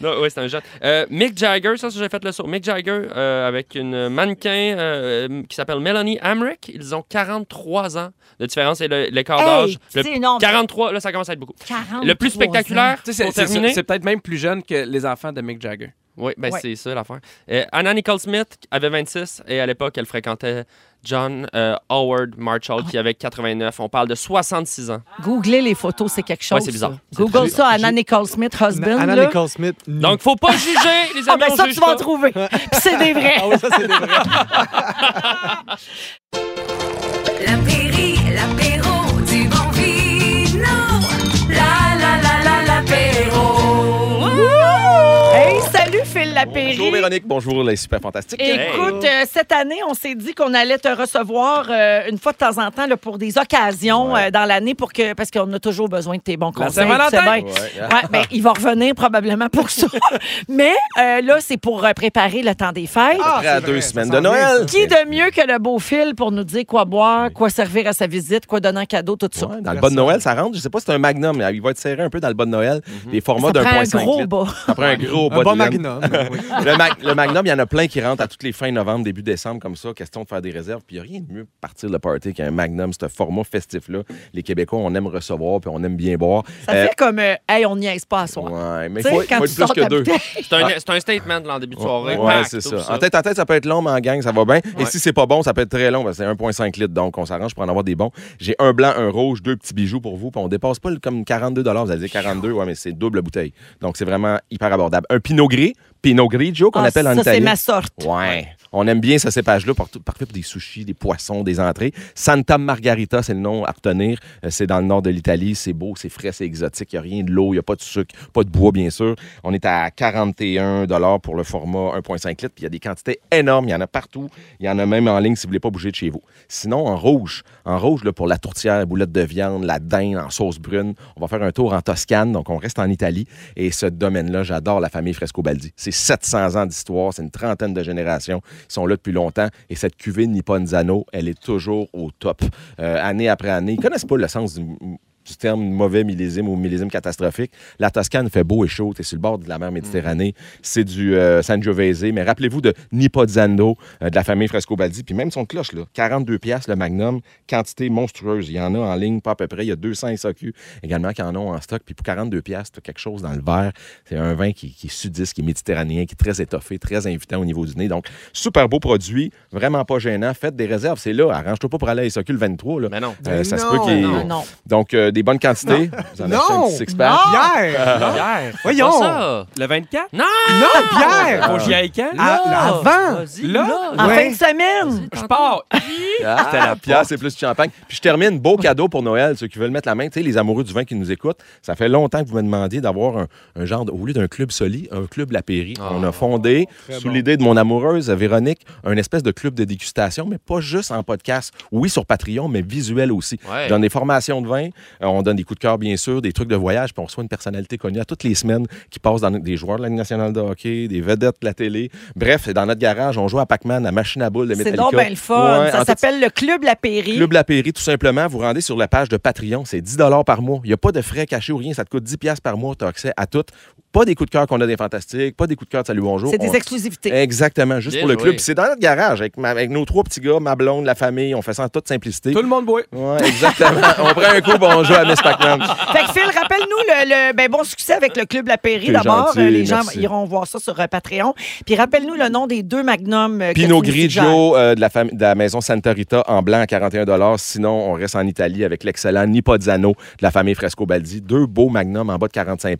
Non, oui, c'est un jeune. Euh, Mick Jagger, ça, ça, j'ai fait le saut. Mick Jagger euh, avec une mannequin euh, qui s'appelle Melanie Amrick. Ils ont 43 ans de différence et le- l'écart Hey, d'âge. le- c'est énorme. 43, là, ça commence à être beaucoup. 43 Le plus spectaculaire, Tu sais, pour c'est- terminer. C'est c'est peut-être même plus jeune que les enfants de Mick Jagger. Oui, ben Ouais. c'est ça l'affaire. Euh, Anna Nicole Smith avait 26 et à l'époque, elle fréquentait John euh, Howard Marshall qui avait 89. On parle de 66 ans. Googler les photos, c'est quelque chose. Ouais, c'est bizarre. ça. C'est Google très- ça, Anna Nicole Smith, husband. Anna là. Nicole Smith. (laughs) nue. Donc, faut pas juger, les Ah, amis. ben on ça, juge tu vas en pas. trouver. (laughs) Puis c'est des vrais. Ah oui, ça, c'est des vrais. La Pairie, l'apéro du bon vino. La la la la l'apéro. Hey, salut Phil Lapéry. Bonjour Véronique, bonjour les super fantastiques. Écoute, euh, cette année, on s'est dit qu'on allait te recevoir euh, une fois de temps en temps là, pour des occasions euh, dans l'année pour que parce qu'on a toujours besoin de tes bons conseils. tu sais Saint-Valentin. bien. Ouais, ben, il va revenir probablement pour ça. Mais euh, là, c'est pour euh, préparer le temps des fêtes. Ah, Après c'est à vrai, deux ça semaines de s'en vient, Noël. Qui de mieux que le beau Phil pour nous dire quoi boire, quoi servir à sa visite, quoi donner en cadeau, tout ça? Ouais, dans le bas de Noël, ça rentre. Je sais pas si c'est un magnum, mais il va être serré un peu dans le bas de Noël. Des formats Ça d'un prend point un cinq gros litres. bas. Ça prend un gros bas Mhm. Un bon de laine. magnum. oui. (laughs) Le, mag- le magnum, il y en a plein qui rentrent à toutes les fins novembre, début décembre, comme ça, question de faire des réserves. Puis il n'y a rien de mieux pour partir le party qu'un magnum, ce format festif-là. Les Québécois, on aime recevoir, puis on aime bien boire. Ça Euh, fait comme, euh, hey, on niaise pas à soir. Ouais, mais Tu il faut, sais, faut quand être tu sors plus ta que deux. bouteille. C'est un, c'est un statement là, en début de soirée. Ouais, Pacte, c'est tout ça. En tête à tête, ça peut être long, mais en gang, ça va bien. Et si c'est pas bon, ça peut être très long. parce que C'est 1,5 litres, donc on s'arrange pour en avoir des bons. J'ai un blanc, un rouge, deux petits bijoux pour vous. Puis on dépasse pas le- comme 42 Vous allez dire 42, ouais, mais c'est double bouteille. Donc c'est vraiment hyper abordable. Un pinot gris, pinot grigio qu'on Ah, appelle en ça, c'est Italie. ma sorte. Ouais. On aime bien ce cépage-là, pour tout- parfait pour des sushis, des poissons, des entrées. Santa Margarita, c'est le nom à retenir. Euh, C'est dans le nord de l'Italie. C'est beau, c'est frais, c'est exotique. Il n'y a rien de l'eau, il n'y a pas de sucre, pas de bois, bien sûr. On est à 41 pour le format 1,5 litres. Puis il y a des quantités énormes. Il y en a partout. Il y en a même en ligne si vous voulez pas bouger de chez vous. Sinon, en rouge, en rouge, là, pour la tourtière, boulette de viande, la dinde en sauce brune, on va faire un tour en Toscane. Donc, on reste en Italie. Et ce domaine-là, j'adore la famille Frescobaldi. C'est 700 ans d'histoire, c'est une trentaine de générations. Ils sont là depuis longtemps. Et cette cuvée Nipponzano, elle est toujours au top. Euh, année après année, ils connaissent pas le sens du du terme mauvais millésime ou millésime catastrophique. La Toscane fait beau et chaud. T'es sur le bord de la mer Méditerranée. Mm. C'est du euh, Sangiovese. Mais rappelez-vous de Nipozzano, euh, de la famille Frescobaldi. Puis même son cloche, là, 42 piastres le Magnum. Quantité monstrueuse. Il y en a en ligne, pas à peu près. Il y a 200 SAQ également qui en ont en stock. Puis pour 42 piastres, t'as quelque chose dans le verre. C'est un vin qui, qui est sudiste, qui est méditerranéen, qui est très étoffé, très invitant au niveau du nez. Donc, super beau produit. Vraiment pas gênant. Faites des réserves. C'est là. Arrange-toi pas pour aller à SAQ le 23. Là. Mais non. Euh, ça se Non, peut qu'il- Non, non. donc, euh, des bonnes quantités. Vous en achetez un petit six-pack. Pierre! Euh, Voyons! Le 24? Non! Non, Pierre! Faut que j'y aille quand? À- Ah. avant! Là? En Ah. Ouais. fin de semaine! Je pars! Ah, C'était la Pierre, c'est plus du champagne. Puis je termine, beau cadeau pour Noël, ceux qui veulent mettre la main, tu sais, les amoureux du vin qui nous écoutent. Ça fait longtemps que vous me demandiez d'avoir un, un genre, de- au lieu d'un club soli, un club La Pairie. On a fondé, sous l'idée de mon amoureuse Véronique, un espèce de club de dégustation, mais pas juste en podcast. Oui, sur Patreon, mais visuel aussi. Ouais. Je donne des formations de vin, euh, on donne des coups de cœur, bien sûr, des trucs de voyage, puis on reçoit une personnalité connue à toutes les semaines qui passe dans notre- des joueurs de la Ligue nationale de hockey, des vedettes de la télé. Bref, c'est dans notre garage, on joue à Pac-Man, à Machine à Boules, de C'est Metallica. donc bien le fun. Ouais, en ça tout- s'appelle le Club La Pairie. Club La Pairie, tout simplement, vous rendez sur la page de Patreon. C'est 10 par mois. Il n'y a pas de frais cachés ou rien. Ça te coûte 10 par mois. Tu as accès à tout. Pas des coups de cœur qu'on a des fantastiques, pas des coups de cœur de salut bonjour. C'est des On- exclusivités. Exactement, juste Bien pour le joué. club. Puis C'est dans notre garage avec, ma- avec nos trois petits gars, ma blonde, la famille. On fait ça en toute simplicité. Tout le monde boit. Ouais, exactement. (laughs) on prend un coup, puis on joue à Miss Pac-Man. (laughs) Fait que Phil, rappelle-nous le, le- ben, bon succès avec le Club La Pairie T'es d'abord. gentil, Euh, les gens merci. iront voir ça sur euh, Patreon. Puis rappelle-nous le nom des deux magnums. euh, que Pinot tu nous suggères. Grigio euh, de, la fam- de la maison Santa Rita en blanc à 41 Sinon, on reste en Italie avec l'excellent Nipozzano de la famille Frescobaldi. Deux beaux magnums en bas de 45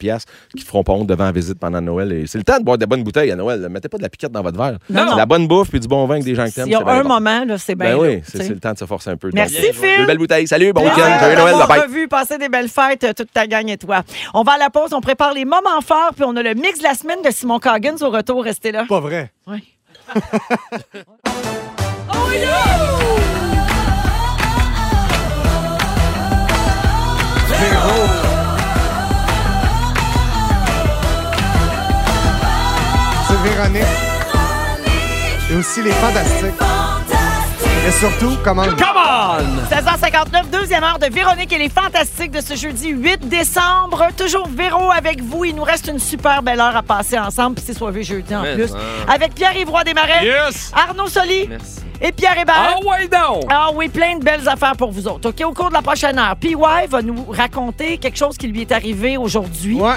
qui feront pas honte devant la visite pendant Noël. Et c'est le temps de boire des bonnes bouteilles à Noël. là. Mettez pas de la piquette dans votre verre. Non, C'est non. La bonne bouffe puis du bon vin avec des gens que t'aimes. S'il y a c'est bien un important. moment, là, c'est bien. Ben là, oui, tu c'est sais. c'est le temps de se forcer un peu. Merci, Donc, Phil. Deux belles bouteilles. Salut, bon Plaisir week-end. Joyeux Noël. d'avoir Bye bye. revu, passez des belles fêtes, euh, toute ta gang et toi. On va à la pause, on prépare les moments forts, puis on a le mix de la semaine de Simon Coggins au retour. Restez là. Pas vrai. Ouais. C'est Véronique. Et aussi les fantastiques. Et surtout, comment. 16h59, deuxième heure de Véronique et les Fantastiques de ce jeudi 8 décembre. Toujours Véro avec vous. Il nous reste une super belle heure à passer ensemble, puis c'est soirée jeudi en Mais plus. ça. Avec Pierre-Yves Roy Desmarais, Yes! Arnaud Soli Merci. et Pierre Hébert. Ah ouais, donc! Ah oui, plein de belles affaires pour vous autres. OK, au cours de la prochaine heure, PY va nous raconter quelque chose qui lui est arrivé aujourd'hui. Ouais.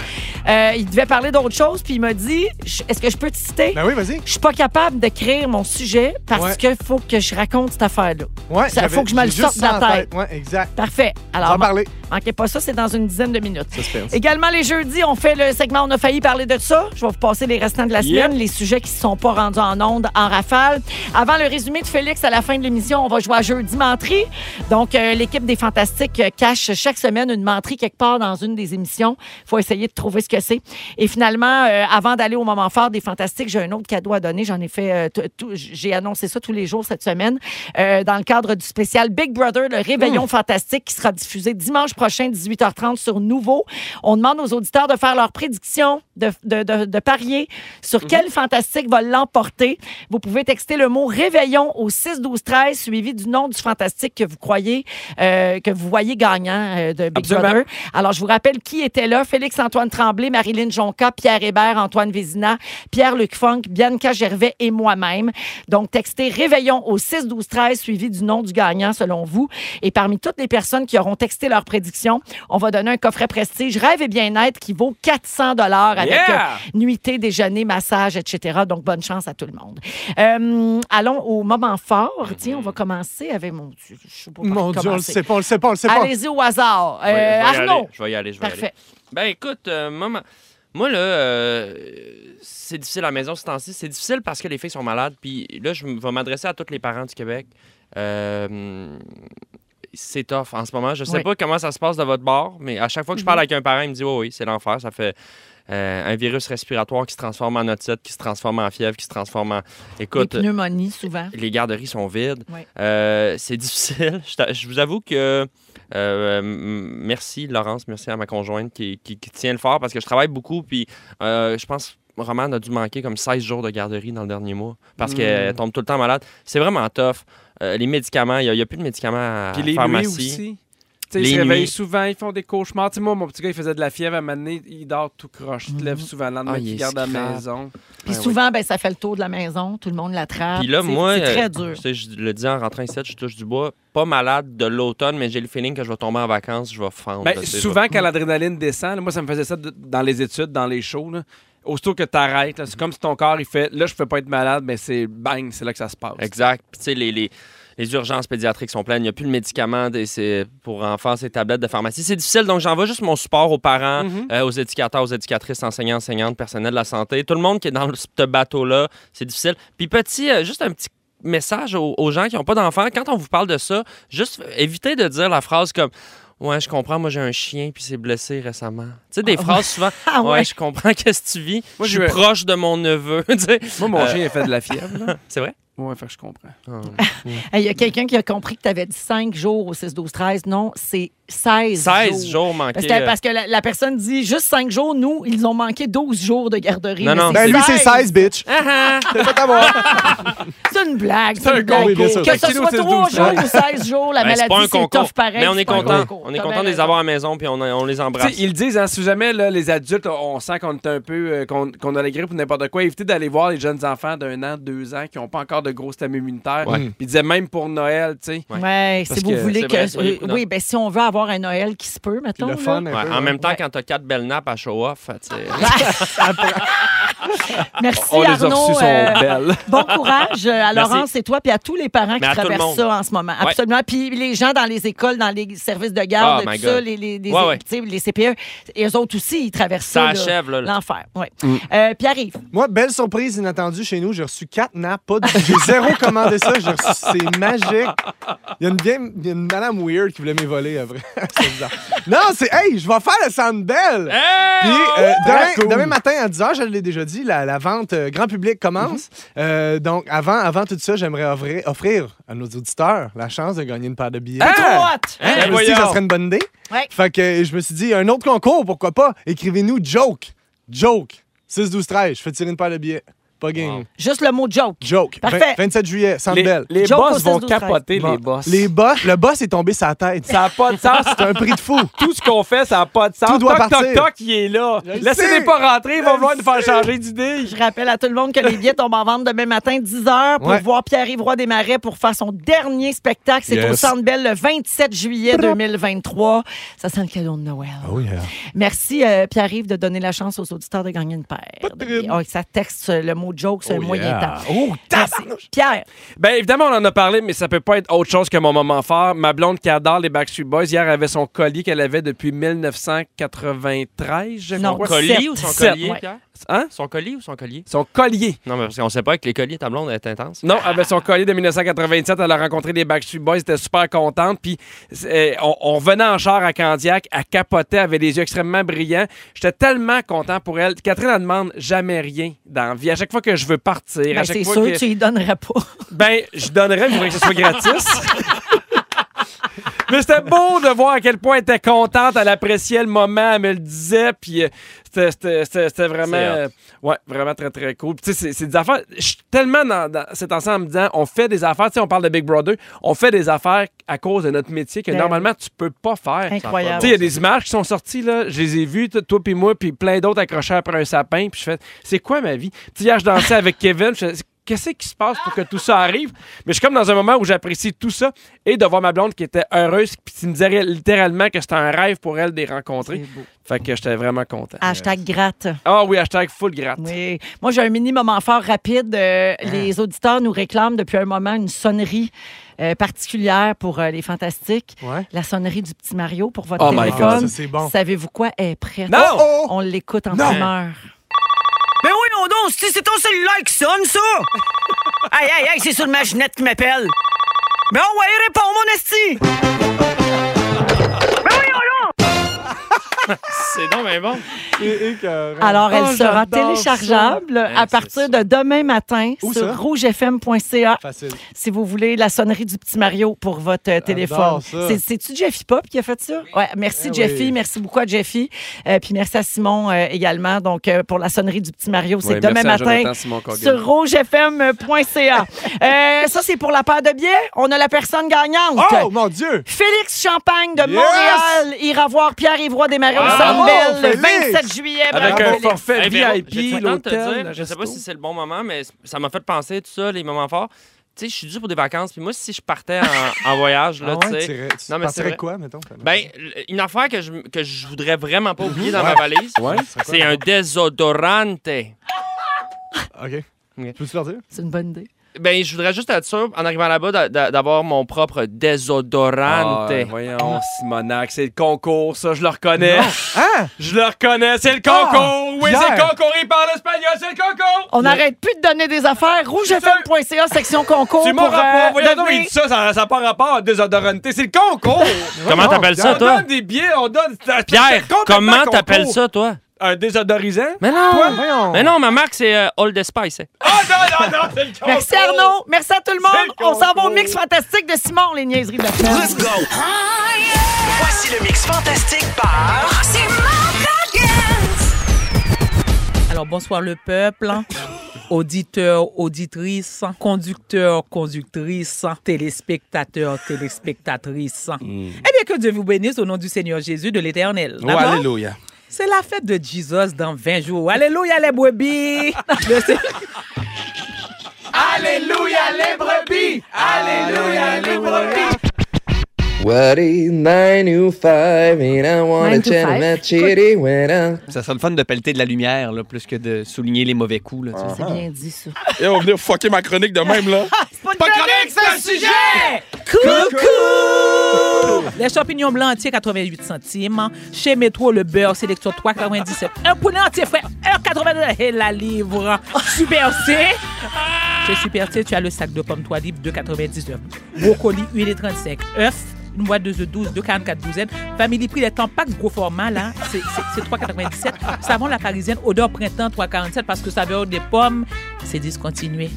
Euh, il devait parler d'autre chose, puis il m'a dit je- Est-ce que je peux te citer Ben oui, vas-y. Je suis pas capable d'écrire mon sujet parce Ouais. qu'il faut que je raconte cette affaire-là. Ouais, Ça, j'avais- faut que je me le j'ai juste sorte de la ça en tête. Ouais, exact. Parfait. On va Alors, en parler. manquez pas ça, c'est dans une dizaine de minutes. Suspense. Également, les jeudis, on fait le segment On a failli parler de ça. Je vais vous passer les restants de la Yep. semaine, les sujets qui ne sont pas rendus en ondes en rafale. Avant le résumé de Félix, à la fin de l'émission, on va jouer à Jeudi Menterie. Donc, euh, l'équipe des Fantastiques euh, cache chaque semaine une menterie quelque part dans une des émissions. faut essayer de trouver ce que c'est. Et finalement, euh, avant d'aller au moment fort des Fantastiques, j'ai un autre cadeau à donner. J'en ai fait euh, tout- tout- j'ai annoncé ça tous les jours cette semaine euh, dans le cadre du spécial Big Brother, le réveillon fantastique qui sera diffusé dimanche prochain, 18h30 sur Nouveau. On demande aux auditeurs de faire leurs prédictions, de, de- de- de parier sur quel fantastique va l'emporter. Vous pouvez texter le mot réveillon au 6-12-13, suivi du nom du fantastique que vous croyez, euh, que vous voyez gagnant euh, de Big Absolument. Brother. Alors, je vous rappelle qui était là. Félix-Antoine Tremblay, Marilyn Jonca, Pierre Hébert, Antoine Vézina, Pierre-Luc Funk, Bianca Gervais et moi-même. Donc, textez Réveillon au 6-12-13, suivi du nom du gagnant, selon vous. Et parmi toutes les personnes qui auront texté leurs prédictions, on va donner un coffret prestige Rêve et bien-être qui vaut 400 dollars avec Yeah! euh, nuitée, déjeuner, massage, etc. Donc, bonne chance à tout le monde. Euh, allons au moment fort. Tiens, on va commencer avec mon Dieu. Je sais pas par Mon qui Dieu, on le commencer. sait pas, on le sait pas, on le sait pas. Allez-y au hasard. Euh, Je vais- je vais y aller, Arnaud. Je vais y aller, je vais y aller. Parfait. Ben écoute, euh, maman, moi là, euh, c'est difficile à la maison ce temps-ci. C'est difficile parce que les filles sont malades. Puis là, je m- vais m'adresser à tous les parents du Québec. Euh, c'est tough en ce moment. Je sais Oui. pas comment ça se passe de votre bord, mais à chaque fois que je parle avec un parent, il me dit oh, oui, c'est l'enfer. Ça fait euh, un virus respiratoire qui se transforme en otite, qui se transforme en fièvre, qui se transforme en. Les Écoute, Ah pneumonies, souvent. les garderies sont vides. Ouais. Euh, c'est difficile. (laughs) Je, t'a- je vous avoue que. euh, m- merci, Laurence. Merci à ma conjointe qui, qui- qui tient le fort parce que je travaille beaucoup. Puis euh, je pense. Roman a dû manquer comme 16 jours de garderie dans le dernier mois parce Hmm. qu'elle tombe tout le temps malade. C'est vraiment tough. Euh, les médicaments, il n'y a, plus de médicaments à Puis les nuits pharmacie. aussi. Tu sais, Les ils se réveillent nuits. souvent, ils font des cauchemars. Tu sais, moi, mon petit gars, il faisait de la fièvre à un moment donné, il dort tout croche. Il te lève souvent le lendemain, Ah, il il est garde à la scrap. maison. Puis Ben oui. souvent, ben, ça fait le tour de la maison, tout le monde l'attrape. Puis là, Ah, C'est- moi, c'est euh, très dur. tu sais, je le dis en rentrant ici, je touche du bois. Pas malade de l'automne, mais j'ai le feeling que je vais tomber en vacances, je vais fendre. Ben, tu sais, je vais- souvent, quand l'adrénaline descend, là, moi, ça me faisait ça de- dans les études, dans les shows. Là. Aussitôt que tu arrêtes, c'est comme si ton corps, il fait là, je peux pas être malade, mais c'est bang, c'est là que ça se passe. Exact. Puis, tu sais, les, les, Les urgences pédiatriques sont pleines. Il n'y a plus de médicaments des- c'est- pour enfants, ces tablettes de pharmacie. C'est difficile, donc j'envoie juste mon support aux parents, Mhm. euh, aux éducateurs, aux éducatrices, enseignants, enseignantes, personnel de la santé. Tout le monde qui est dans le- ce bateau-là, c'est difficile. Puis petit, euh, juste un petit message aux, aux gens qui n'ont pas d'enfants. Quand on vous parle de ça, juste euh, évitez de dire la phrase comme... Ouais, je comprends. Moi, j'ai un chien puis s'est blessé récemment. Tu sais, des Ah, phrases souvent. (laughs) Ah, ouais. ouais, je comprends qu'est-ce que tu vis. Moi, je suis je- proche de mon neveu. (laughs) tu sais. Moi, mon Euh, chien, il fait de la fièvre. là. (laughs) C'est vrai? Ah. Ouais, fait que je comprends. Hey, Il y a quelqu'un qui a compris que tu avais dit 5 jours au 6, 12, 13. Non, c'est 16, 16 jours Parce manqués, que, euh. parce que la, la personne dit juste 5 jours. Nous, ils ont manqué 12 jours de garderie. Non, mais non. c'est Ben, lui, c'est 16, bitch. Ah, (laughs) C'est pas (laughs) C'est une blague. C'est C'est un une blague. concours. Ben, Que Fait que ce c'est nous, soit c'est 3 12 jours jours. ou 16 jours, la Ben, c'est pas un maladie, c'est concours. tough pareil. Mais on c'est est pas un content. concours. On est T'as content de bien les avoir à la maison puis on, on les Tu sais, embrasse. ils le disent, hein, si jamais là, les adultes, on sent qu'on est un peu, euh, qu'on qu'on a la grippe ou n'importe quoi, évitez d'aller voir les jeunes enfants d'un an, deux ans qui n'ont pas encore de gros système immunitaire. Ouais. Puis ils disaient même pour Noël, tu sais. Ouais, Parce si vous que- voulez C'est que. vrai, soyez prudents. oui, ben si on veut avoir un Noël qui se peut, mettons. là. Ouais, en même temps, quand t'as quatre belles nappes à show-off, tu (laughs) sais. Merci On Oh, les a Arnaud. euh, reçues, sont belles. (laughs) Bon courage euh, à Merci. Laurence et toi, puis à tous les parents Mais qui à tout le traversent monde. ça en ce moment. Ouais. Absolument. Puis les gens dans les écoles, dans les services de garde, Oh my tout ça, God. les, les, les, Ouais, ouais. tu sais, les CPE, et eux autres aussi, ils traversent Ça ça. achève, là, là. L'enfer. Ouais. Euh, Pierre-Yves. Moi, belle surprise inattendue chez nous. J'ai reçu quatre nappes. Pas de... J'ai zéro (laughs) commandé ça. J'ai reçu... C'est magique. Il y a une vieille... il y a une madame weird qui voulait me voler. Après. (laughs) c'est bizarre. Non, c'est... Hey, je vais faire le Sandbell! Puis euh, demain, Oh, Cool. demain matin à 10h, je l'ai déjà dit, la, la vente euh, grand public Mhm. commence. Euh, donc, avant, avant tout ça, j'aimerais offrir, offrir à nos auditeurs la chance de gagner une paire de billets. Ah! Trop hot! Hein? Je me suis dit que ça Voyons. serait une bonne idée. Ouais. Fait que euh, je me suis dit, un autre concours, pourquoi pas? Écrivez-nous joke. Joke. 6, 12, 13. Je fais tirer une paire de billets. Pas game. Juste le mot joke. Joke. Parfait. 27 juillet, Les- Sandbell. les Joke boss au 6, vont 12, 13. capoter, les boss. Les boss. Le boss est tombé sa tête. Ça n'a pas de sens. (laughs) C'est (laughs) un prix de fou. Tout ce qu'on fait, ça n'a pas de sens. Tout doit toc, partir. toc, toc, il est là. le sais. Laissez-les pas rentrer, il Je va le vouloir nous faire sais. changer d'idée. Je rappelle à tout le monde que les billets tombent en vente demain matin, 10 h, pour Ouais. voir Pierre-Yves Roy Desmarais pour faire son dernier spectacle. C'est au Yes. Centre Bell le 27 juillet 2023. Ça sent le cadeau de Noël. Ah Oh hein. yeah. Merci, euh, Pierre-Yves, de donner la chance aux auditeurs de gagner une paire. de billets. Ah, ça texte euh, le mot joke, c'est un Oh moyen yeah. temps. Oh, Merci. Pierre, Ben évidemment, on en a parlé, mais ça peut pas être autre chose que mon moment fort. Ma blonde qui adore les Backstreet Boys, hier avait son collier qu'elle avait depuis 1993, je Son crois. collier ou son Sept. collier, Ouais. Pierre? Hein? Son collier ou son collier? Son collier. Non, mais parce qu'on sait pas que les colliers, ta blonde est intense. Non, avec son collier de 1987, elle a rencontré les Backstreet Boys, elle était super contente. Puis euh, on, on venait en char à Candiac, à capoter, elle avait les yeux extrêmement brillants. J'étais tellement content pour elle. Catherine, elle demande jamais rien dans la vie. À chaque fois que je veux partir, ben, à chaque c'est fois sûr que... que tu y (laughs) donnerais pas. Ben, je donnerais, mais je voudrais que ce soit gratis. Mais c'était beau de voir à quel point elle était contente, elle appréciait le moment, elle me le disait, puis euh, c'était- c'était c'était- c'était vraiment, C'est hot. euh, ouais, vraiment très très cool. Puis, Tu sais, c'est- c'est des affaires. Je suis tellement dans, dans cet ensemble en me disant, on fait des affaires. Tu sais, on parle de Big Brother, on fait des affaires à cause de notre métier que Ben normalement tu peux pas faire. Incroyable. Tu sais, il y a des images qui sont sorties là, je les ai vues, t- toi puis moi, puis plein d'autres accrochés après un sapin, puis je fais, c'est quoi ma vie Tu sais, hier je dansais avec Kevin, je fais, qu'est-ce qui se passe pour que tout ça arrive? Mais je suis comme dans un moment où j'apprécie tout ça et de voir ma blonde qui était heureuse, puis qui me disait littéralement que c'était un rêve pour elle de les rencontrer. Fait que j'étais vraiment content. (laughs) Hashtag gratte. Ah oui, hashtag full gratte. Oui. Moi, j'ai un mini moment fort rapide. Euh, Ah. Les auditeurs nous réclament depuis un moment une sonnerie euh, particulière pour euh, les Fantastiques. La sonnerie du petit Mario pour votre Oh my téléphone. God. Ça, c'est bon. Savez-vous quoi? Elle est prête. Non! Oh, oh! On l'écoute en Non! primeur. Ben oui, non, non, c'est c'est ton cellulaire qui sonne, ça! aïe, aïe, aïe, c'est sur ma genette qui m'appelle! Ben ouais, réponds, mon esti! C'est donc bien bon. Alors, elle Oh, sera j'adore ça. téléchargeable Eh, à partir de demain matin Où sur ça? rougefm.ca. Facile. Si vous voulez la sonnerie du petit Mario pour votre euh, téléphone. ça. C'est- C'est-tu Jeffy Pop qui a fait ça? Ouais, merci, Eh Jeffy. oui. Merci beaucoup à Jeffy. Euh, puis merci à Simon euh, également. Donc, euh, pour la sonnerie du petit Mario, c'est Ouais, demain merci à matin Jonathan Simon Cogan. sur (laughs) rougefm.ca. Euh, ça, c'est pour la paire de billets. On a la personne gagnante. Oh mon Dieu! Félix Champagne de Yes! Ah, Montréal ira voir Pierre-Yvroy des Marais au Bravo, Sandbell le Félix! 27 juillet. Bravo, Avec un Eh ben, Félix. forfait Hey, Véro, VIP, j'ai tout Eh ben, le temps de te l'hôtel, dire, le Je sais pas resto. si c'est le bon moment, mais ça m'a fait penser, tout ça, les moments forts. Tu sais, je suis dû pour des vacances, puis moi, si je partais en, en voyage, là, Ah ouais, tu tu sais. irais- tu Non, mais c'est partirais vrai. quoi, mettons? Ben, l- une affaire que je, que je voudrais vraiment pas oublier dans Ouais. ma valise, Ouais. c'est un désodorante. OK. Peux-tu leur dire? C'est une bonne idée. Ben, je voudrais juste être sûr, en arrivant là-bas, d'a- d'a- d'avoir mon propre désodorante. Ah, voyons, Simonac, c'est le concours, ça, je le reconnais. Je le reconnais, c'est le Hein? Ah, concours! oui, c'est le Pierre. concours, il parle espagnol, c'est le concours! On n'arrête plus de donner des affaires. Rougefm.ca, section concours. C'est mon pour, euh, rapport, voyons donc, donner- il dit ça, ça n'a pas rapport à désodoranté, c'est le (laughs) concours! Comment t'appelles ça, on toi? donne des billets, on donne... c'est- Pierre, c'est complètement comment concours. t'appelles ça, toi? Un désodorisant? Mais Toi? non! Mais non, ma marque, c'est euh, Old Spice. Merci Arnaud, merci à tout le monde. On s'en va au mix fantastique de Simon, les niaiseries de la semaine. Let's go. Voici le mix fantastique par. C'est Alors, bonsoir le peuple, auditeurs, auditrices, conducteurs, conductrices, téléspectateurs, téléspectatrices. Eh bien, que Dieu vous bénisse au nom du Seigneur Jésus de l'Éternel. Mm. Oh, D'accord? alléluia. C'est la fête de Jesus dans 20 jours. Alléluia les (laughs) brebis! Le Seigneur- Alléluia les brebis! Alléluia les brebis! What is 905 and I wanna Nine to turn five. my chitty when I... Ça serait le fun de pelleter de la lumière, là, plus que de souligner les mauvais coups. Là, C'est bien dit, ça. Et on va venir fucker ma chronique ah. de même, là. C'est pas une chronique, c'est un sujet! Coucou! Les champignons blancs entiers, 88 centimes. Chez Métro, le beurre sélection 3,97. Un poulet entier frais, 1,82 et la livre. Super C. Chez Super C, tu as le sac de pommes 3 libres, 2,99. Brocoli, 1,35. Œuf, une boîte de œufs 12, 2,44 douzaines. Family Prix, les temps packs gros format, là, c'est- c'est c'est 3,97. Savon La Parisienne, odeur printemps, 3,47 parce que saveur des pommes, c'est discontinué.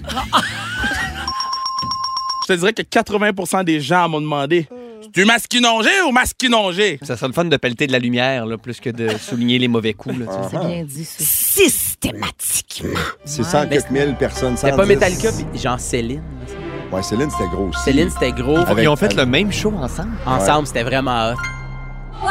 Je te dirais que 80 des gens m'ont demandé Tu masquinongé ou masquinongé Ça serait le fun de pelleter de la lumière, là, plus que de souligner les mauvais coups. Là, Ah, Ah, C'est bien dit, ça. Systématiquement. 600 Ouais. quelques mille personnes. C'était pas 110. Metallica, puis genre Céline. Ouais, Céline, c'était gros. aussi. Céline, c'était gros. Avec- Ils ont fait le même show ensemble. Ensemble, c'était vraiment hot.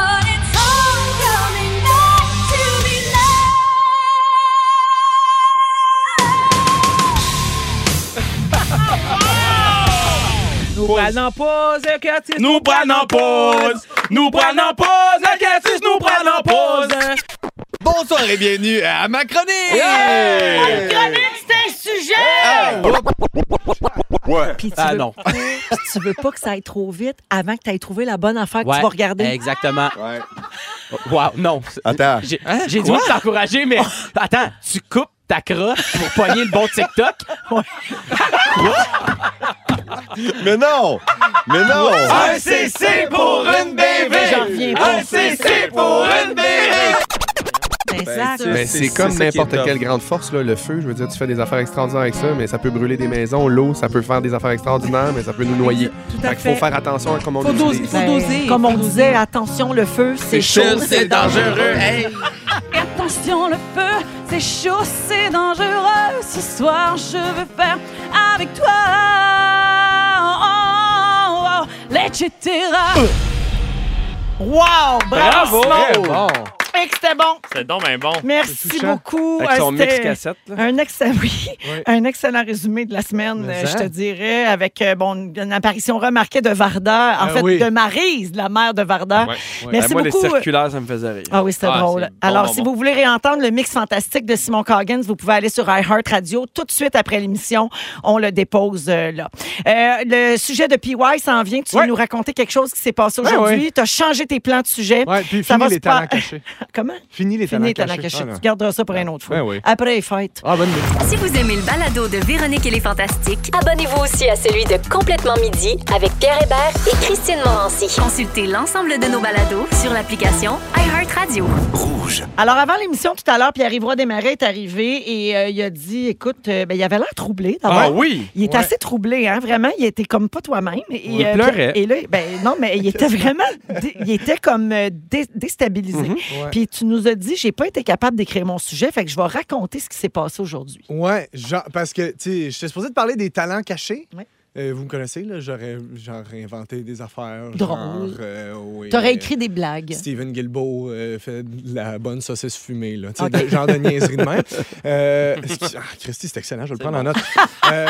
Nous prenons pause, le Curtis. Nous prenons pause. Nous prenons pause. Le Curtis, nous prenons pause. Bonsoir et bienvenue à ma chronique. Une chronique, c'est un sujet! Ouais. Puis tu Ah veux- (laughs) non. Puis tu veux pas que ça aille trop vite avant que tu aies trouvé la bonne Ah, affaire que tu vas (laughs) regarder. Exactement. Wow, non. Attends. Hein? J'ai j'ai dû Quoi? (laughs) t'encourager, mais attends, tu coupes ta crotte pour pogner le bon (laughs) TikTok? Mais non! Mais non! Un CC pour une BV! J'en reviens pas. Un CC pour une BV! Ben, c'est comme n'importe quelle grande force, là, le feu. Je veux dire, tu fais des affaires extraordinaires avec ça, mais ça peut brûler des maisons. L'eau, ça peut faire des affaires extraordinaires, mais ça peut nous noyer. à qu'il faut fait. faire attention à comment on Faut doser, l'utilise. Ben, faut doser. Comme on disait, attention, le feu, c'est chaud, c'est dangereux. Et attention, le feu, c'est chaud, c'est dangereux. Ce soir, je veux faire avec toi. Oh, oh, oh, l'etcetera. Wow! Bravo! Bravo! Simon. Très bon. Et que C'était bon. C'est donc ben bon. Merci beaucoup. Avec son Euh, c'était mix cassette, là. Un excellent, (laughs) oui, un excellent résumé de la semaine, Mais euh, je ça. te dirais, avec euh, bon, une apparition remarquée de Varda, en Ah fait oui. de Marise, la mère de Varda. Ben, Merci Ben, moi, beaucoup. euh, les circulaires, ça me faisait rire. Ah oui, c'était drôle. Alors, si vous voulez réentendre le mix fantastique de Simon Coggins, vous pouvez aller sur iHeart Radio tout de suite après l'émission. On le dépose euh, là. Euh, le sujet de PY s'en vient. Tu veux nous raconter quelque chose qui s'est passé Ouais, aujourd'hui. ouais. Tu as changé tes plans de sujet. Ouais, puis Ça fini va les se pas- talents cachés. (laughs) Comment? Fini les Fini talents talents cachés. cachés. Ah, non. Tu garderas ça pour une autre fois. Ben oui. Après les fêtes. Ah, bonne nuit. Si vous aimez le balado de Véronique et les Fantastiques, abonnez-vous aussi à celui de Complètement Midi avec Pierre Hébert et Christine Morancy. Consultez l'ensemble de nos balados sur l'application iHeartRadio. Alors, avant l'émission, tout à l'heure, Pierre-Yvroy Desmarais est arrivé et euh, il a dit écoute, euh, ben, il avait l'air troublé. d'abord. Ah oui! Il est Ouais. assez troublé, hein, vraiment. Il était comme pas toi-même. Et, Il pleurait. Et là, ben, non, mais il était vraiment. dé- il était comme euh, dé- déstabilisé. Mhm. Ouais. Puis tu nous as dit j'ai pas été capable d'écrire mon sujet, fait que je vais raconter ce qui s'est passé aujourd'hui. Ouais, genre, parce que, tu sais, j'étais supposé te parler des talents cachés. Euh, vous me connaissez, là, j'aurais genre inventé des affaires. Drôle. genre, euh, oui, T'aurais euh, écrit des blagues. Steven Guilbeault euh, fait de la bonne saucisse fumée, là. Tu sais, Ok. de- genre de niaiserie de même. Euh, ah, Christy, c'est excellent, je vais le prendre en note. Euh,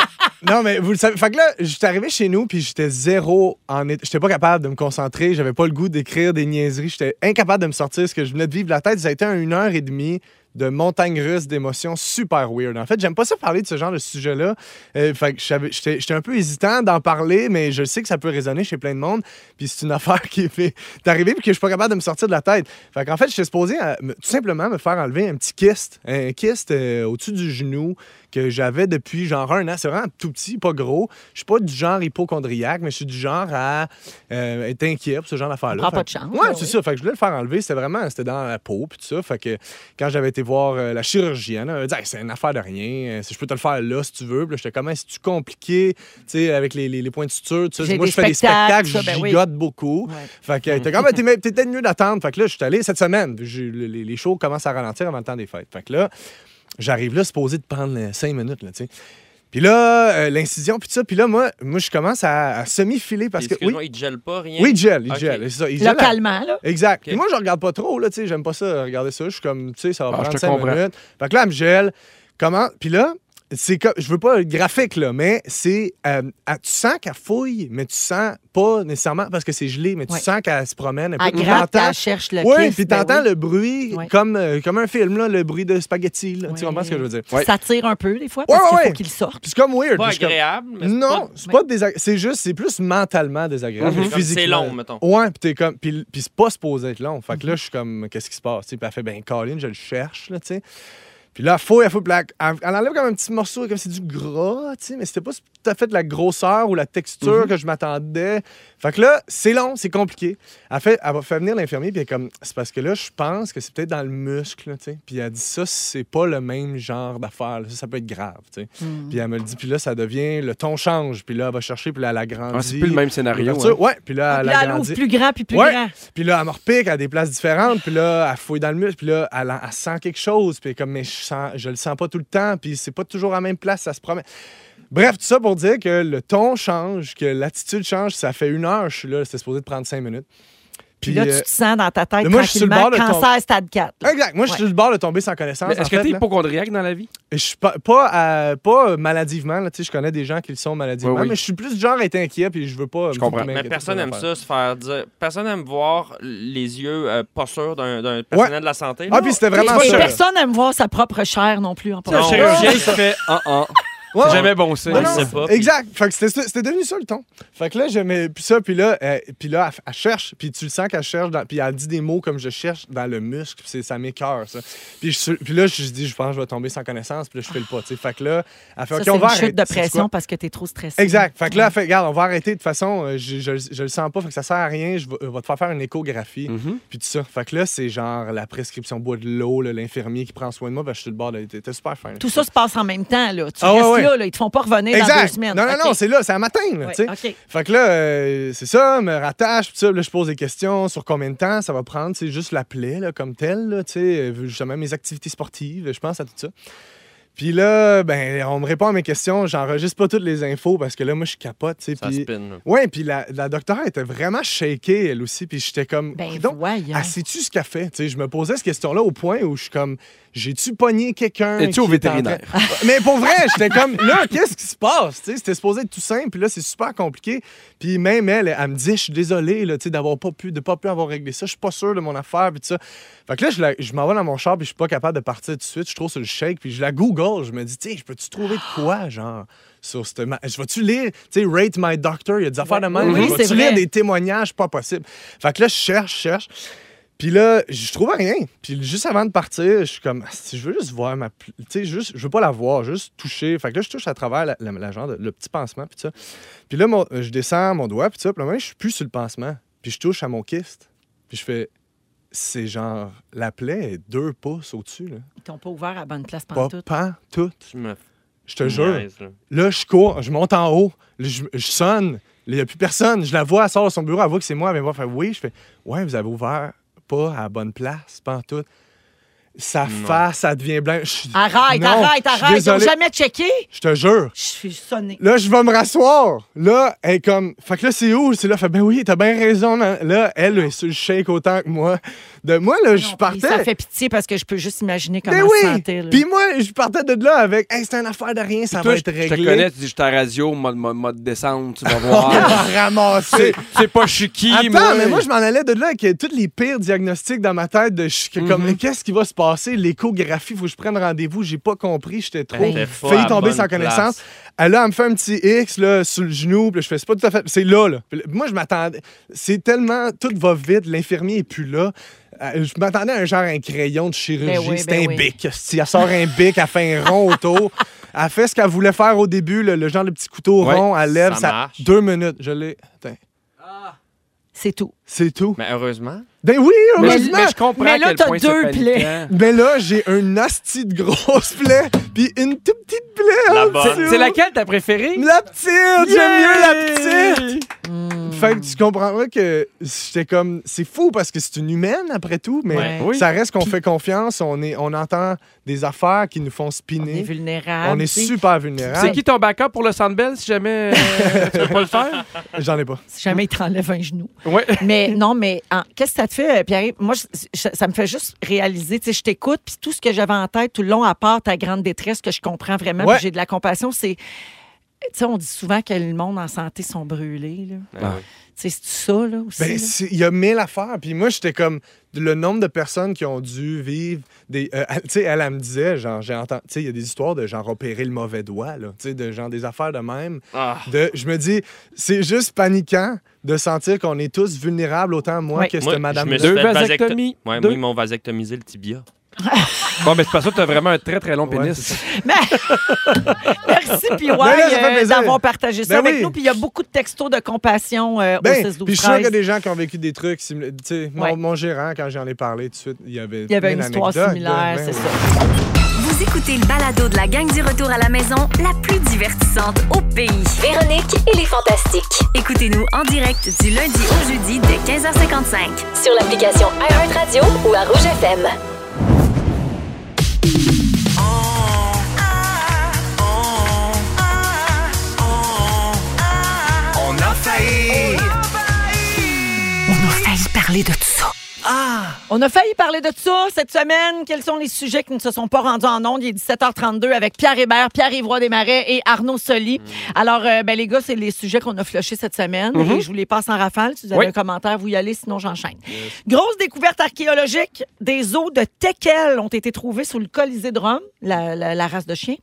non, mais vous le savez. Fait que là, j'étais arrivé chez nous, puis j'étais zéro en. é- J'étais pas capable de me concentrer, j'avais pas le goût d'écrire des niaiseries, j'étais incapable de me sortir ce que je venais de vivre de la tête. Ça a été un une heure et demie de montagnes russes d'émotions super weird. En fait, j'aime pas ça parler de ce genre de sujet-là. Euh, fait que je savais- j'étais j'étais un peu hésitant d'en parler, mais je sais que ça peut résonner chez plein de monde. Puis c'est une (laughs) affaire qui est arrivée puis que je suis pas capable de me sortir de la tête. Fait qu'en fait, j'étais supposé euh, me- tout simplement me faire enlever un petit kyste, un kyste euh, au-dessus du genou que j'avais depuis genre un an. C'est vraiment tout petit, pas gros. Je suis pas du genre hypochondriaque, mais je suis du genre à euh, être inquiet pour ce genre d'affaire-là. Prends Fait pas que- de chance, Ouais, ben c'est oui. ça. Fait que je voulais le faire enlever. C'était vraiment, c'était dans la peau, puis tout ça. Fait que quand j'avais été voir euh, la chirurgienne, elle m'a dit Hey, c'est une affaire de rien. Euh, Je peux te le faire là si tu veux. Puis là, j'étais comment, c'est-tu compliqué, tu sais, avec les, les, les points de suture, tout ça. J'ai Moi, des je fais des spectacles, spectacles, ça, je ben oui. gigote beaucoup. Fait que euh, t'es comme, Ah, t'es même- t'es peut-être mieux d'attendre. Fait que là, je suis allé cette semaine. Puis j'ai- les, les- les shows commencent à ralentir avant le temps des fêtes. Fait que là, j'arrive là, supposé de prendre euh, cinq minutes, là, tu sais. Puis là, euh, l'incision, puis tout ça. Puis là, moi, moi je commence à, à semi-filer parce que. Excuse-moi, il te gèle pas, rien? Oui, il gèle, il Ok. gèle. C'est ça, il gèle à- Localement, là. Exact. Puis moi, je regarde pas trop, là, tu sais, j'aime pas ça, regarder ça. Je suis comme, tu sais, ça va Ah, je prendre te 5 comprends. minutes. Fait que là, elle me gèle. Comment? Puis là, c'est comme, je veux pas le graphique, là, mais c'est, euh, elle- tu sens qu'elle fouille, mais tu sens pas nécessairement parce que c'est gelé, mais tu Ouais. sens qu'elle se promène. Elle Puis gratte, t'entends- elle cherche le Oui, kiss, puis ben t'entends oui. le bruit Ouais. comme, euh, comme un film, là, le bruit de spaghetti, là. Tu comprends ce que je veux dire? Ça tire un peu, des fois, Ouais, parce qu'il ouais, faut ouais. qu'il sorte. Puis c'est comme weird. Pas Puis je suis comme- agréable, mais c'est Non, pas- c'est pas désagréable. C'est juste, c'est plus mentalement désagréable. Mhm. que Comme c'est physiquement. long, mettons. Ouais, puis t'es comme. Puis puis c'est pas supposé être long. Fait que Mhm. là, je suis comme, qu'est-ce qui se passe? tu sais? Puis elle fait, ben, Colin, je le cherche, là, tu sais. Puis là, fouille, elle fouille, puis là, elle, elle enlève comme un petit morceau, comme c'est du gras, tu sais, mais c'était pas tout à fait de la grosseur ou la texture Mhm. que je m'attendais. Fait que là, c'est long, c'est compliqué. Elle, fait, elle va faire venir l'infirmier, puis elle est comme, c'est parce que là, je pense que c'est peut-être dans le muscle, là, tu sais. Puis elle dit, ça, c'est pas le même genre d'affaire, là. ça, ça peut être grave, tu sais. Mhm. Puis elle me le dit, puis là, ça devient, le ton change, puis là, elle va chercher, puis là, elle agrandit. Ah, c'est plus le même scénario, L'ouverture, hein. Ouais, puis là, Puis elle là, elle agrandit. ouvre plus grand, puis plus Ouais. grand. Puis là, elle me repique à des places différentes. Puis là, elle fouille dans le muscle. Puis là, elle, elle sent quelque chose. Puis comme, mais je, sens, je le sens pas tout le temps. Puis c'est pas toujours à la même place. Ça se promène. Bref, tout ça pour dire que le ton change, que l'attitude change. Ça fait une heure, je suis là. C'était supposé de prendre cinq minutes. Puis là, euh, tu te sens dans ta tête mais moi, je suis sur le tranquillement, bord de ton- cancer stade 4. là. Exact. Moi, je suis Ouais. sur le bord de tomber sans connaissance. Mais est-ce en que fait, t'es là. hypochondriaque dans la vie? Je suis pas, pas, euh, pas maladivement, là, tu sais, je connais des gens qui le sont maladivement, Oui, oui. mais je suis plus du genre à être inquiet, puis je veux pas. Je Mais personne aime ça, se faire dire. Personne aime voir les yeux euh, pas sûrs d'un d'un personnel de la santé. Ah, puis c'était vraiment Et ça. personne n'aime voir sa propre chair non plus en C'est un passant. chirurgien Non. qui fait Ah, ah. Ouais, ouais. Jamais bon signe. Non, non, Exact. Fait que c'était ça- c'était devenu ça le ton. Fait que là, j'aimais. Puis ça, puis là, euh, puis là elle, elle cherche. Puis tu le sens qu'elle cherche. dans- puis elle dit des mots comme je cherche dans le muscle. Puis c'est- ça m'écœure, ça. Puis, je suis- puis là, je dis, je pense que je vais tomber sans connaissance. Puis là, je fais le pas. tu sais. Fait que là, elle fait Ça, OK, c'est on une va arrêter. chute de Sais-tu pression quoi? parce que t'es trop stressé. Exact. Fait que là, elle fait, regarde, on va arrêter. De toute façon, euh, je, je- je le sens pas. Fait que ça sert à rien. Je vais, euh, va te faire faire une échographie. Mm-hmm. Puis tout ça. Fait que là, c'est genre la prescription bois de l'eau, là, l'infirmier qui prend soin de moi. parce que je suis le bord de. T'es t'es super fin. Mm. là. Tout ça se passe en même temps, là. Tu Ah, ouais, restes ouais. là, là, ils te font pas revenir dans deux semaines. Non, non, OK. non, c'est là, c'est à matin. Là, Ouais, tu sais. OK. Fait que là, euh, c'est ça, me rattache, pis ça, là, je pose des questions sur combien de temps ça va prendre, c'est juste la plaie, là, comme telle, là, tu sais, euh, justement mes activités sportives, je pense à tout ça. Puis là, ben, on me répond à mes questions, j'enregistre pas toutes les infos parce que là, moi, je capote, tu sais. Ça puis- spin, là. Ouais, puis la, la docteure était vraiment shakée, elle aussi, puis j'étais comme. Ben, donc, sais-tu ce qu'elle fait? Tu sais, je me posais cette question-là au point où je suis comme, j'ai-tu pogné quelqu'un? Es-tu au qui est en train- vétérinaire? (laughs) mais pour vrai, j'étais comme, là, qu'est-ce qui se passe? Tu sais, C'était supposé être tout simple, puis là, c'est super compliqué. Puis même elle, elle me dit, je suis désolé là, tu sais, d'avoir pas pu, de pas pu avoir réglé ça, je suis pas sûr de mon affaire, puis tout ça. Fait que là, je, la- je m'en vais dans mon char, puis je suis pas capable de partir tout de suite, je trouve sur le shake, puis je la google, je me dis, tu sais, je peux-tu trouver de quoi, genre? Sur cette ma- Je vais-tu lire, tu sais, Rate My Doctor, il y a des affaires de même. Oui, je c'est vais-tu lire vrai. des témoignages pas possible? Fait que là, je cherche, cherche. Puis là, je trouvais rien. Puis juste avant de partir, je suis comme, Ah, si je veux juste voir ma. pl- Tu sais, juste, je veux pas la voir, juste toucher. Fait que là, je touche à travers la, la- la genre de- le petit pansement, puis ça. Puis là, mon- euh, je descends mon doigt, puis ça. Puis là, je suis plus sur le pansement. Puis je touche à mon kyste. Puis je fais, c'est genre, la plaie est deux pouces au-dessus, là. Ils t'ont pas ouvert à la bonne place Pas pendant tout. tout. Je te me jure. niaises, là. Là, je cours, je monte en haut, là, je, je sonne. Il n'y a plus personne. Je la vois, elle sort de son bureau, elle voit que c'est moi, elle vient me voir, elle fait oui. Je fais Ouais, vous avez ouvert pas à la bonne place, pas en tout. Sa face, ça devient blanche. Je suis- Arrête, Non, arrête, je arrête. suis Ils ont désolé. jamais checké. Je te jure. Je suis sonnée. Là, je vais me rasseoir. Là, elle est comme. Fait que là, c'est où? C'est là. Fait ben oui, t'as bien raison. nan- Là, elle, elle est sur le shake autant que moi. De moi, là, je Et partais. ça fait pitié parce que je peux juste imaginer comment Ben ça oui! sentait. là. Puis moi, je partais de là avec. Hey, c'est une affaire de rien, ça va Toi, je, être je réglé. te connais, tu dis, je suis à la radio, mode, mode, mode descendre, tu vas voir. ramasser. C'est- C'est pas chiqui, Mhm. Attends, mais moi, je m'en allais de là avec euh, tous les pires diagnostics dans ma tête de je- que comme, qu'est-ce qui va se passé, l'échographie, faut que je prenne rendez-vous, j'ai pas compris, j'étais trop Elle était pas à failli la tomber bonne sans connaissance. Elle, là, elle me fait un petit X là, sur le genou, puis là, je fais c'est pas tout à fait. C'est là, là. Puis là, Moi, je m'attendais. C'est tellement. Tout va vite, l'infirmier est plus là. Euh, Je m'attendais à un genre un crayon de chirurgie. Ben oui, C'était ben un oui. bic. Si elle sort un bic, elle fait un rond autour. Elle fait ce qu'elle voulait faire au début, le, le genre de petit couteau Ouais, rond, elle lève ça ça. marche. Deux minutes. Je l'ai. Attends. C'est tout. C'est tout. Mais heureusement. Ben oui, Mais- heureusement. mais je comprends Mais là, à quel t'as point c'est deux paniquant. plaies. Mais là, j'ai une asti de grosse plaie, puis une toute petite plaie. La en bonne. dessous. C'est- c'est laquelle ta préférée? La petite. J'aime mieux la Yeah! petite. Fait que tu comprendras que j'étais comme c'est fou parce que c'est une humaine après tout, mais Ouais. Oui. ça reste qu'on fait confiance, on est, on entend des affaires qui nous font spinner. On est vulnérable. On est tu sais. super vulnérable. (laughs) C'est qui ton backup pour le Sandbell si (laughs) jamais euh, tu veux pas le faire? J'en ai pas. Si jamais il te enlève un genou. (laughs) Mais non, mais en- qu'est-ce que ça te fait, pierre Moi, je- je- ça me fait juste réaliser, tu sais, je t'écoute, puis tout ce que j'avais en tête tout le long, à part ta grande détresse, que je comprends vraiment, Ouais. puis j'ai de la compassion, c'est. Tu sais, on dit souvent que le monde en santé sont brûlés, là. Ah oui. Tu sais, c'est ça, là, aussi. Ben, là? c'est- il y a mille affaires. Puis moi, j'étais comme le nombre de personnes qui ont dû vivre des. euh, elle- tu sais, elle, elle me disait, genre, j'ai entendu. Tu sais, il y a des histoires de genre opérer le mauvais doigt, là. Tu sais, de genre des affaires de même. Ah. De, je me dis, c'est juste paniquant de sentir qu'on est tous vulnérables, autant moi que cette madame je me suis fait vasectomie. Ouais, moi, ils m'ont vasectomisé le tibia. (laughs) Bon, mais c'est pas ça, t'as vraiment un très très long pénis. Merci, puis ouais, Ben là, ça fait euh, plaisir. d'avoir partagé ça Ben avec oui. nous. Puis il y a beaucoup de textos de compassion euh, Ben, au 16 12 puis je suis sûr 13. qu'il y a des gens qui ont vécu des trucs. simila- Tu sais, mon, Ouais. mon gérant, quand j'en ai parlé tout de suite, il y avait. Il y avait une mille histoire anecdotes, similaire, ben c'est oui. Vous écoutez le balado de la gang du retour à la maison, la plus divertissante au pays. Véronique et les Fantastiques. Écoutez-nous en direct du lundi au jeudi dès 15h55 sur l'application iHeartRadio ou à Rouge FM. On a failli. On a failli parler de tout ça. Ah! On a failli parler de tout ça cette semaine. Quels sont les sujets qui ne se sont pas rendus en ondes? Il est 17h32 avec Pierre Hébert, Pierre Ivroy Desmarais et Arnaud Mm. Soli. Alors, euh, ben, les gars, c'est les sujets qu'on a flushés cette semaine. Mhm. Mm-hmm. Et je vous les passe en rafale. Si vous avez Oui. un commentaire, vous y allez, sinon j'enchaîne. Grosse découverte archéologique. Des os de teckel ont été trouvés sous le Colisée de Rome, la, la- la race de chiens.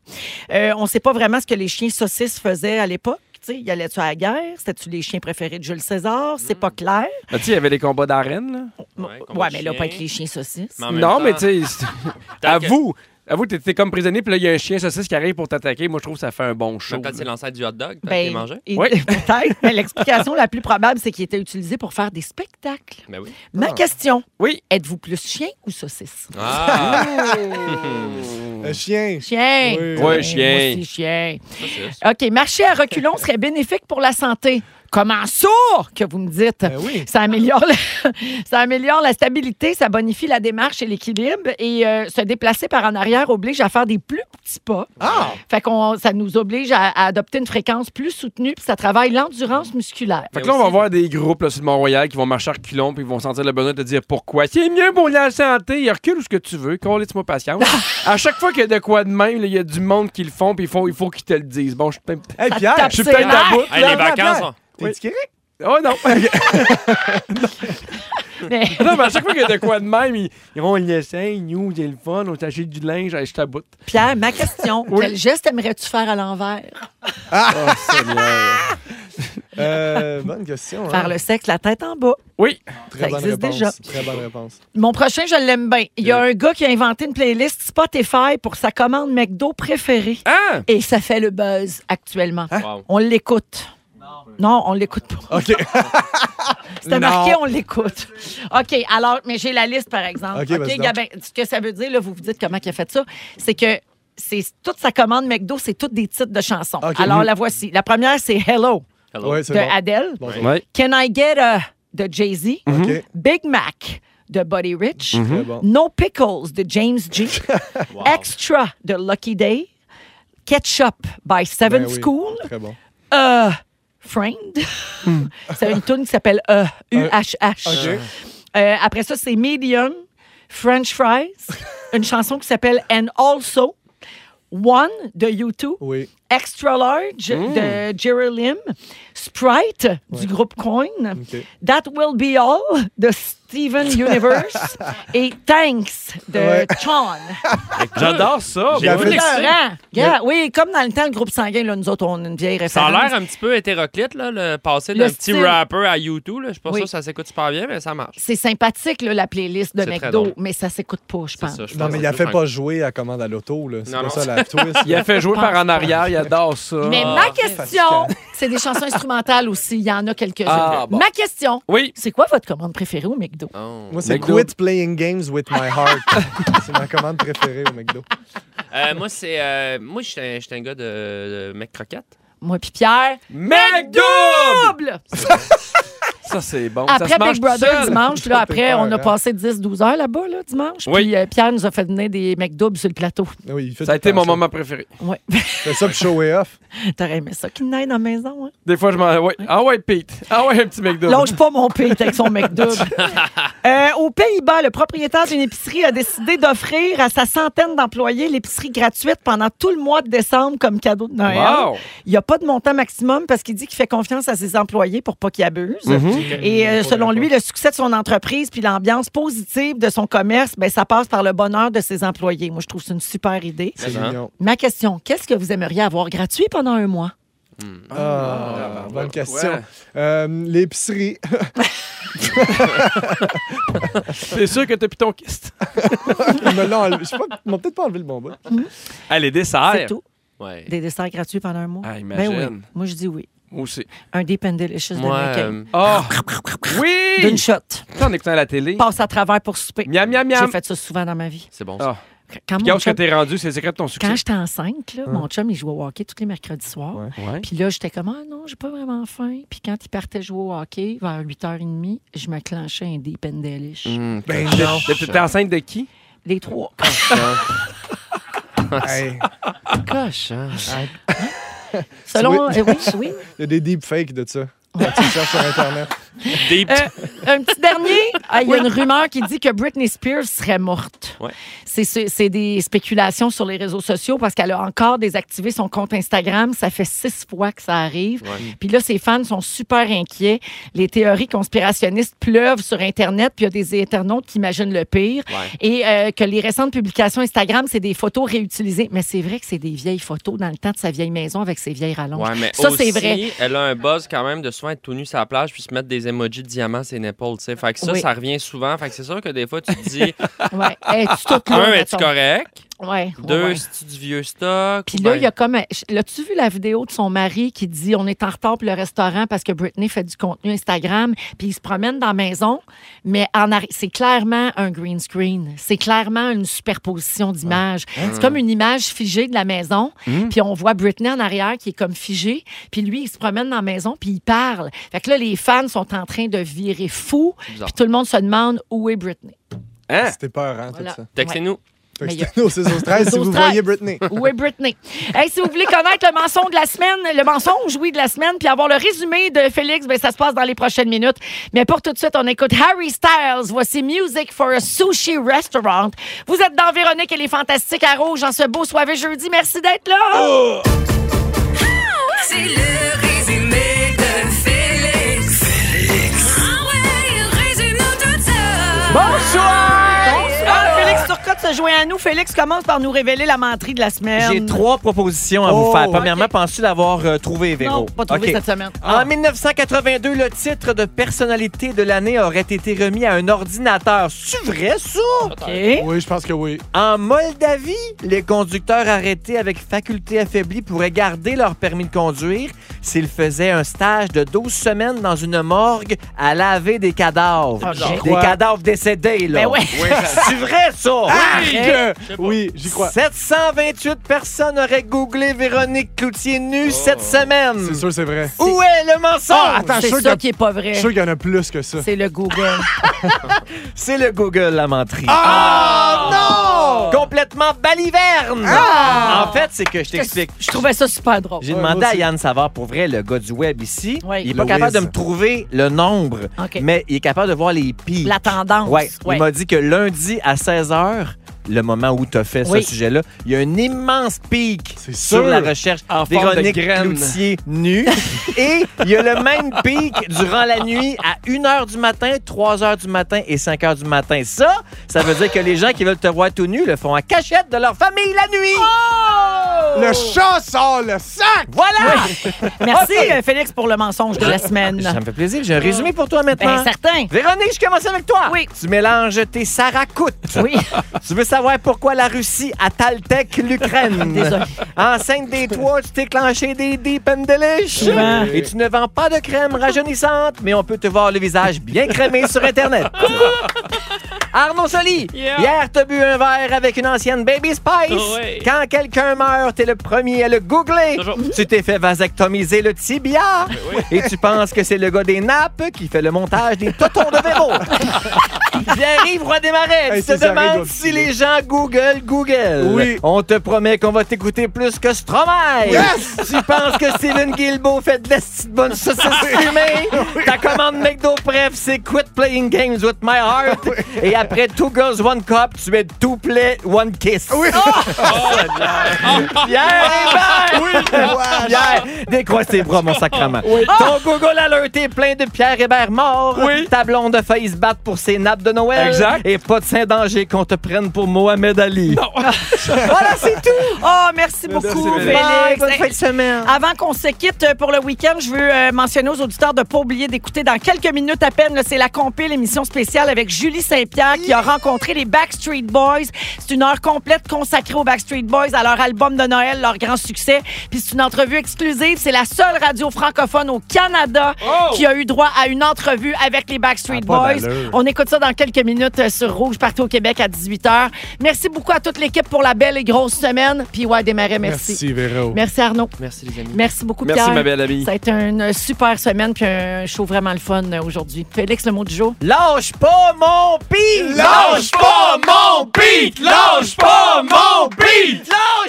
Euh, on ne sait pas vraiment ce que les chiens saucisses faisaient à l'époque. Tu sais, Ils allaient-tu à la guerre? C'était-tu les chiens préférés de Jules César? C'est Hmm. pas clair. Ben, tu sais, il y avait les combats d'arène, là. Ouais, mais là, pas avec les chiens saucisses. Mais en même non, mais temps- (laughs) tu sais, c'est- avoue, avoue, t'es t'es comme prisonnier, puis là, il y a un chien saucisse qui arrive pour t'attaquer. Moi, je trouve que ça fait un bon show. Peut-être c'est l'ancêtre du hot dog. Peut-être Ben, qu'il mangeait. il- (laughs) Peut-être, mais l'explication la plus probable, c'est qu'il était utilisé pour faire des spectacles. Ben oui. Ma Ah. question, Ah. oui. êtes-vous plus chien ou saucisse? Ah. (laughs) (laughs) Un Euh, Euh, chien. Chien. Oui. Ouais, Oui, chien. moi aussi, chien. OK, marcher à reculons serait bénéfique pour la santé. Comment ça que vous me dites? Ben ça, améliore le- (laughs) ça améliore la stabilité, ça bonifie la démarche et l'équilibre. Et euh, se déplacer par en arrière oblige à faire des plus petits pas. Ah! Fait qu'on, ça nous oblige à, à adopter une fréquence plus soutenue, puis ça travaille l'endurance musculaire. Fait que là, on va voir des groupes là, sur le Mont-Royal qui vont marcher à reculons puis ils vont sentir le besoin de te dire pourquoi. C'est mieux pour la santé. Il recule ce que tu veux. Collez-moi (laughs) patience. à chaque fois qu'il y a de quoi de même, là, il y a du monde qui le font puis il faut, il faut qu'ils te le disent. Bon, je suis peut-être Hey, Pierre, je suis peut-être à bout. Hey, les vacances. hein. T'es-tu correct? Oh non! (laughs) (laughs) non, mais à chaque fois qu'il y a de quoi de même, ils, ils vont, on l'essaye, nous, c'est le fun, on t'achète du linge, hey, je t'aboute. Pierre, ma question, Oui. quel geste aimerais-tu faire à l'envers? Ah! Oh, Seigneur. Euh, bonne question. Faire le sexe, la tête en bas. Oui. Très Ça bonne existe réponse. déjà. Très bonne réponse. Mon prochain, je l'aime bien. Il y a un gars qui a inventé une playlist Spotify pour sa commande McDo préférée. Et ça fait le buzz actuellement. Wow. On l'écoute. Non, on l'écoute pas. OK. C'était marqué, on l'écoute. (laughs) OK, alors, mais j'ai la liste, par exemple. OK, vas-y donc. Gabin, ce que ça veut dire, là, vous vous dites comment il a fait ça, c'est que c'est toute sa commande McDo, c'est toutes des titres de chansons. OK. Alors, Mhm. la voici. La première, c'est Hello, Hello. Ouais, de c'est bon. Adele. Bonjour. Ouais. Mm-hmm. Can I Get a de Jay-Z. OK. Big Mac de Buddy Rich. Mhm. Très bon. No Pickles de James (laughs) G. Extra de Lucky Day. Ketchup by Seven Ben oui. School. Très bon. Euh, Friend. (laughs) c'est une tune qui s'appelle euh, UHH. Ok. Euh, après ça, c'est Medium, French Fries, une chanson qui s'appelle And Also, One de U2, Extra Large de Jerry Lim, Sprite du groupe Coin, That Will Be All de Steven Universe et Thanks de Ouais. Chon. J'adore ça. J'ai moi. vu Laurent. Regarde, Oui, comme dans le temps, le groupe sanguin, là, nous autres, on a une vieille Ça a référence. l'air un petit peu hétéroclite, là, le passer d'un Le petit style. rapper à U2. Là. Je pense Oui. que ça s'écoute super bien, mais ça marche. C'est sympathique, là, la playlist de C'est très McDo, drôle. mais ça s'écoute pas, je pense. ça, je Non, pense mais que il a c'est fait le pas fun. jouer à commande à l'auto. là. C'est Non, pas non. ça la twist. Il a fait jouer par en arrière, il adore ça. Ah, Mais ma question, c'est des chansons instrumentales aussi. Il y en a quelques-unes. Ah, bon. Ma question, oui. c'est quoi votre commande préférée au McDo? Moi, c'est Quit Playing Games with My (laughs) Heart. c'est ma commande préférée au McDo. Euh, moi, c'est. euh, moi, je suis un, je suis un gars de, de mec croquette. Moi puis Pierre. McDouble! Ça, c'est bon. Ça se Après mange Big tout Brother seul. dimanche, là, après, on a hein. passé 10-12 heures là-bas, là, dimanche. Oui. Puis euh, Pierre nous a fait venir des McDoubles sur le plateau. Ça a été mon moment préféré. Ouais. C'est ça, puis show et off. (laughs) T'aurais aimé ça qu'il n'aille dans la maison, hein? Des fois, je m'en. ouais. Ah ouais, Pete. Ah ouais, un petit McDo. Longe pas mon Pete avec son McDouble. (laughs) Euh, aux Pays-Bas, le propriétaire d'une épicerie a décidé d'offrir à sa centaine d'employés l'épicerie gratuite pendant tout le mois de décembre comme cadeau de Noël. Wow! Il n'y a pas de montant maximum parce qu'il dit qu'il fait confiance à ses employés pour pas qu'ils abusent. Mhm. Et euh, selon lui, le succès de son entreprise puis l'ambiance positive de son commerce, ben, ça passe par le bonheur de ses employés. Moi, je trouve que c'est une super idée. C'est mignon. Ma question, qu'est-ce que vous aimeriez avoir gratuit pendant un mois? Ah, bonne question. Ouais. Euh, L'épicerie. (laughs) C'est (laughs) sûr que t'as plus ton kyste. Ils me l'ont enlevé. Je sais pas, ils m'ont peut-être pas enlevé le bon bout. Ah, les desserts. C'est tout. Ouais. Des desserts gratuits pendant un mois? Ah, imagine. ben oui. Moi, je dis oui. Moi aussi. Un Deep and Delicious Moi, de Mickey. euh, (laughs) Ah! Oui! D'une shot. Ça, en écoutant la télé. Passe à travers pour souper. Miam, miam, miam. J'ai fait ça souvent dans ma vie. C'est bon, ça. Quand Puis mon Quand est-ce que chum- t'es rendu? C'est le secret de ton succès. Quand j'étais enceinte, là, Hum. mon chum, il jouait au hockey tous les mercredis soirs. Puis là, j'étais comme, ah non, j'ai pas vraiment faim. Puis quand il partait jouer au hockey, vers 8h30, je me clenchais un Deep and Delish. Mmh, Hum, Ben cochon. non. Mais t'étais enceinte de qui? Les trois. (laughs) Cochon. hein. (laughs) Selon- Oui. euh, oui, oui. Il y a des deepfakes de ça. Quand tu cherches sur Internet. Deep. Euh, un petit dernier. Ah, Il y a une rumeur qui dit que Britney Spears serait morte. C'est- C'est c'est des spéculations sur les réseaux sociaux parce qu'elle a encore désactivé son compte Instagram. Ça fait six fois que ça arrive. Ouais. Puis là, ses fans sont super inquiets. Les théories conspirationnistes pleuvent sur Internet. Puis il y a des internautes qui imaginent le pire. Ouais. Et euh, que les récentes publications Instagram, c'est des photos réutilisées. Mais c'est vrai que c'est des vieilles photos dans le temps de sa vieille maison avec ses vieilles rallonges. Ouais, mais ça, c'est aussi, vrai. Elle a un buzz quand même de souvent être tout nu sur la plage puis se mettre des emojis de diamants sur les nipples, tu sais. Fait que ça, Oui. ça revient souvent. Fait que c'est sûr que des fois, tu te dis. Ouais. Es-tu (laughs) toute là, un, es-tu mettons? correct? Ouais, Deux, ouais. c'est-tu du vieux stock? ben Puis là, il y a comme. L'as-tu vu la vidéo de son mari qui dit on est en retard pour le restaurant parce que Britney fait du contenu Instagram, puis il se promène dans la maison, mais en arri- c'est clairement un green screen. C'est clairement une superposition d'images. Hein? C'est comme une image figée de la maison, Hmm. puis on voit Britney en arrière qui est comme figée, puis lui, il se promène dans la maison, puis il parle. Fait que là, les fans sont en train de virer fou, Bizarre. puis tout le monde se demande où est Britney. C'était peur, hein, tout Voilà. ça. Textez-nous. Textez-nous au 16-13 si vous voyez Britney. (laughs) Oui, Britney. Hey, si vous voulez connaître le mensonge de la semaine, le mensonge, oui, de la semaine, puis avoir le résumé de Félix, ben, ça se passe dans les prochaines minutes. Mais pour tout de suite, on écoute Harry Styles. Voici Music for a Sushi Restaurant. Vous êtes dans Véronique et les Fantastiques à Rouge en ce beau soirée jeudi. Merci d'être là. C'est le résumé de Félix. Ben Félix. Ah ouais, résume-nous tout ça. Bonsoir! Félix Turcotte se joint à nous. Félix commence par nous révéler la menterie de la semaine. J'ai trois propositions à Oh, vous faire. Premièrement, penses-tu l'avoir euh, trouvé, Véro? Non, pas trouvé Ok. cette semaine. Ah. En 1982, le titre de personnalité de l'année aurait été remis à un ordinateur. C'est vrai, ça? Oui, je pense que oui. En Moldavie, les conducteurs arrêtés avec faculté affaiblie pourraient garder leur permis de conduire s'ils faisaient un stage de 12 semaines dans une morgue à laver des cadavres. Ah, j'y Des crois. cadavres décédés, là. Ben ouais. Oui, ça- (laughs) Ah, C'est vrai, ça? Ah, Oui. Arrête. Oh, Oui, j'y crois. 728 personnes auraient googlé Véronique Cloutier nue cette semaine. Oh. C'est sûr, c'est vrai. Où est le mensonge? Ah, attends, je suis sûr qu'il y a- pas vrai. Je suis sûr qu'il y en a plus que ça. C'est le Google. (laughs) C'est le Google, la menterie. Ah, non! Complètement baliverne! Ah! En fait, c'est que je t'explique. Je trouvais ça super drôle. J'ai demandé à Yann Savard, pour vrai, le gars du web ici. Oui. Il n'est pas Le capable de whiz. me trouver le nombre, OK. mais il est capable de voir les pics. La tendance. Ouais. Ouais. Il m'a dit que lundi à 16h, le moment où tu as fait Oui. ce sujet-là, il y a un immense pic sûr. sur la recherche En forme de Véronique graine. Cloutier (laughs) nue. et il y a le même pic durant la nuit à 1 h du matin, 3 h du matin et 5 h du matin. Ça, ça veut dire que les gens qui veulent te voir tout nu le font en cachette de leur famille la Ah nuit. Oh! Oh! Le chat sort le sac! Voilà! (laughs) Merci, Ok. euh, Félix, pour le mensonge de la semaine. Ça me fait plaisir. J'ai un résumé pour toi maintenant. Ben, certain. Véronique, je commence avec toi. Oui. Tu mélanges tes saracoutes. Oui. (laughs) tu veux savoir pourquoi la Russie attaque l'Ukraine. Ah, Désolé. Enceinte des toits, tu t'es clenché des deep and delish. Ouais. Et tu ne vends pas de crème rajeunissante, mais on peut te voir le visage bien crémé (laughs) sur Internet. Arnaud Soli, hier, t'as bu un verre avec une ancienne Baby Spice. Ouais. Quand quelqu'un meurt, t'es le premier à le googler. (laughs) Tu t'es fait vasectomiser le Ah, tibia. Et tu penses que c'est le gars des nappes qui fait le montage des totons de (laughs) véro. Pierre-Yves Roy des Marais, Hey, tu te ces arrêts demandes doivent si les gens Google Google. Oui. On te promet qu'on va t'écouter plus que Stromae. Yes! Tu penses que Steven Guilbeault fait de la petite (laughs) bonne saucisse fumée? Ta commande McDo Pref, c'est Quit Playing Games with My Heart. Et après Two Girls, One Cup, tu es Two Play, One Kiss. Ah! Oui! (laughs) Oh, Pierre Hébert! Oui. Pierre, décroche tes bras, mon sacrement. Ah! Oui. Ton Google Alert est plein de Pierre Hébert mort. Oui. Ta blonde a failli se battre pour ses nappes de Noël. Exact. Euh, Et pas de Saint-Danger qu'on te prenne pour Mohamed Ali. (laughs) voilà, c'est tout. Oh, merci beaucoup, Félix. Félix. Bye, bonne Hey, fin de semaine. Avant qu'on se quitte euh, pour le week-end, je veux euh, mentionner aux auditeurs de ne pas oublier d'écouter dans quelques minutes à peine. là, C'est la compile émission spéciale avec Julie Saint-Pierre qui a rencontré les Backstreet Boys. C'est une heure complète consacrée aux Backstreet Boys, à leur album de Noël, leur grand succès. Puis c'est une entrevue exclusive. C'est la seule radio francophone au Canada qui a eu droit à une entrevue avec les Backstreet Ah, pas Boys. d'allure. On écoute ça dans quelques minutes euh, sur Rouge partout au Québec à 18h. Merci beaucoup à toute l'équipe pour la belle et grosse semaine. Puis ouais, démarrer, merci. Merci, Véro. Merci Arnaud. Merci, les amis. Merci beaucoup Merci, Pierre. ma belle amie. Ça a été une super semaine puis un show vraiment le fun euh, aujourd'hui. Félix, le mot du jour. Lâche pas mon pic! Lâche pas mon pic! Lâche pas mon beat! Lâche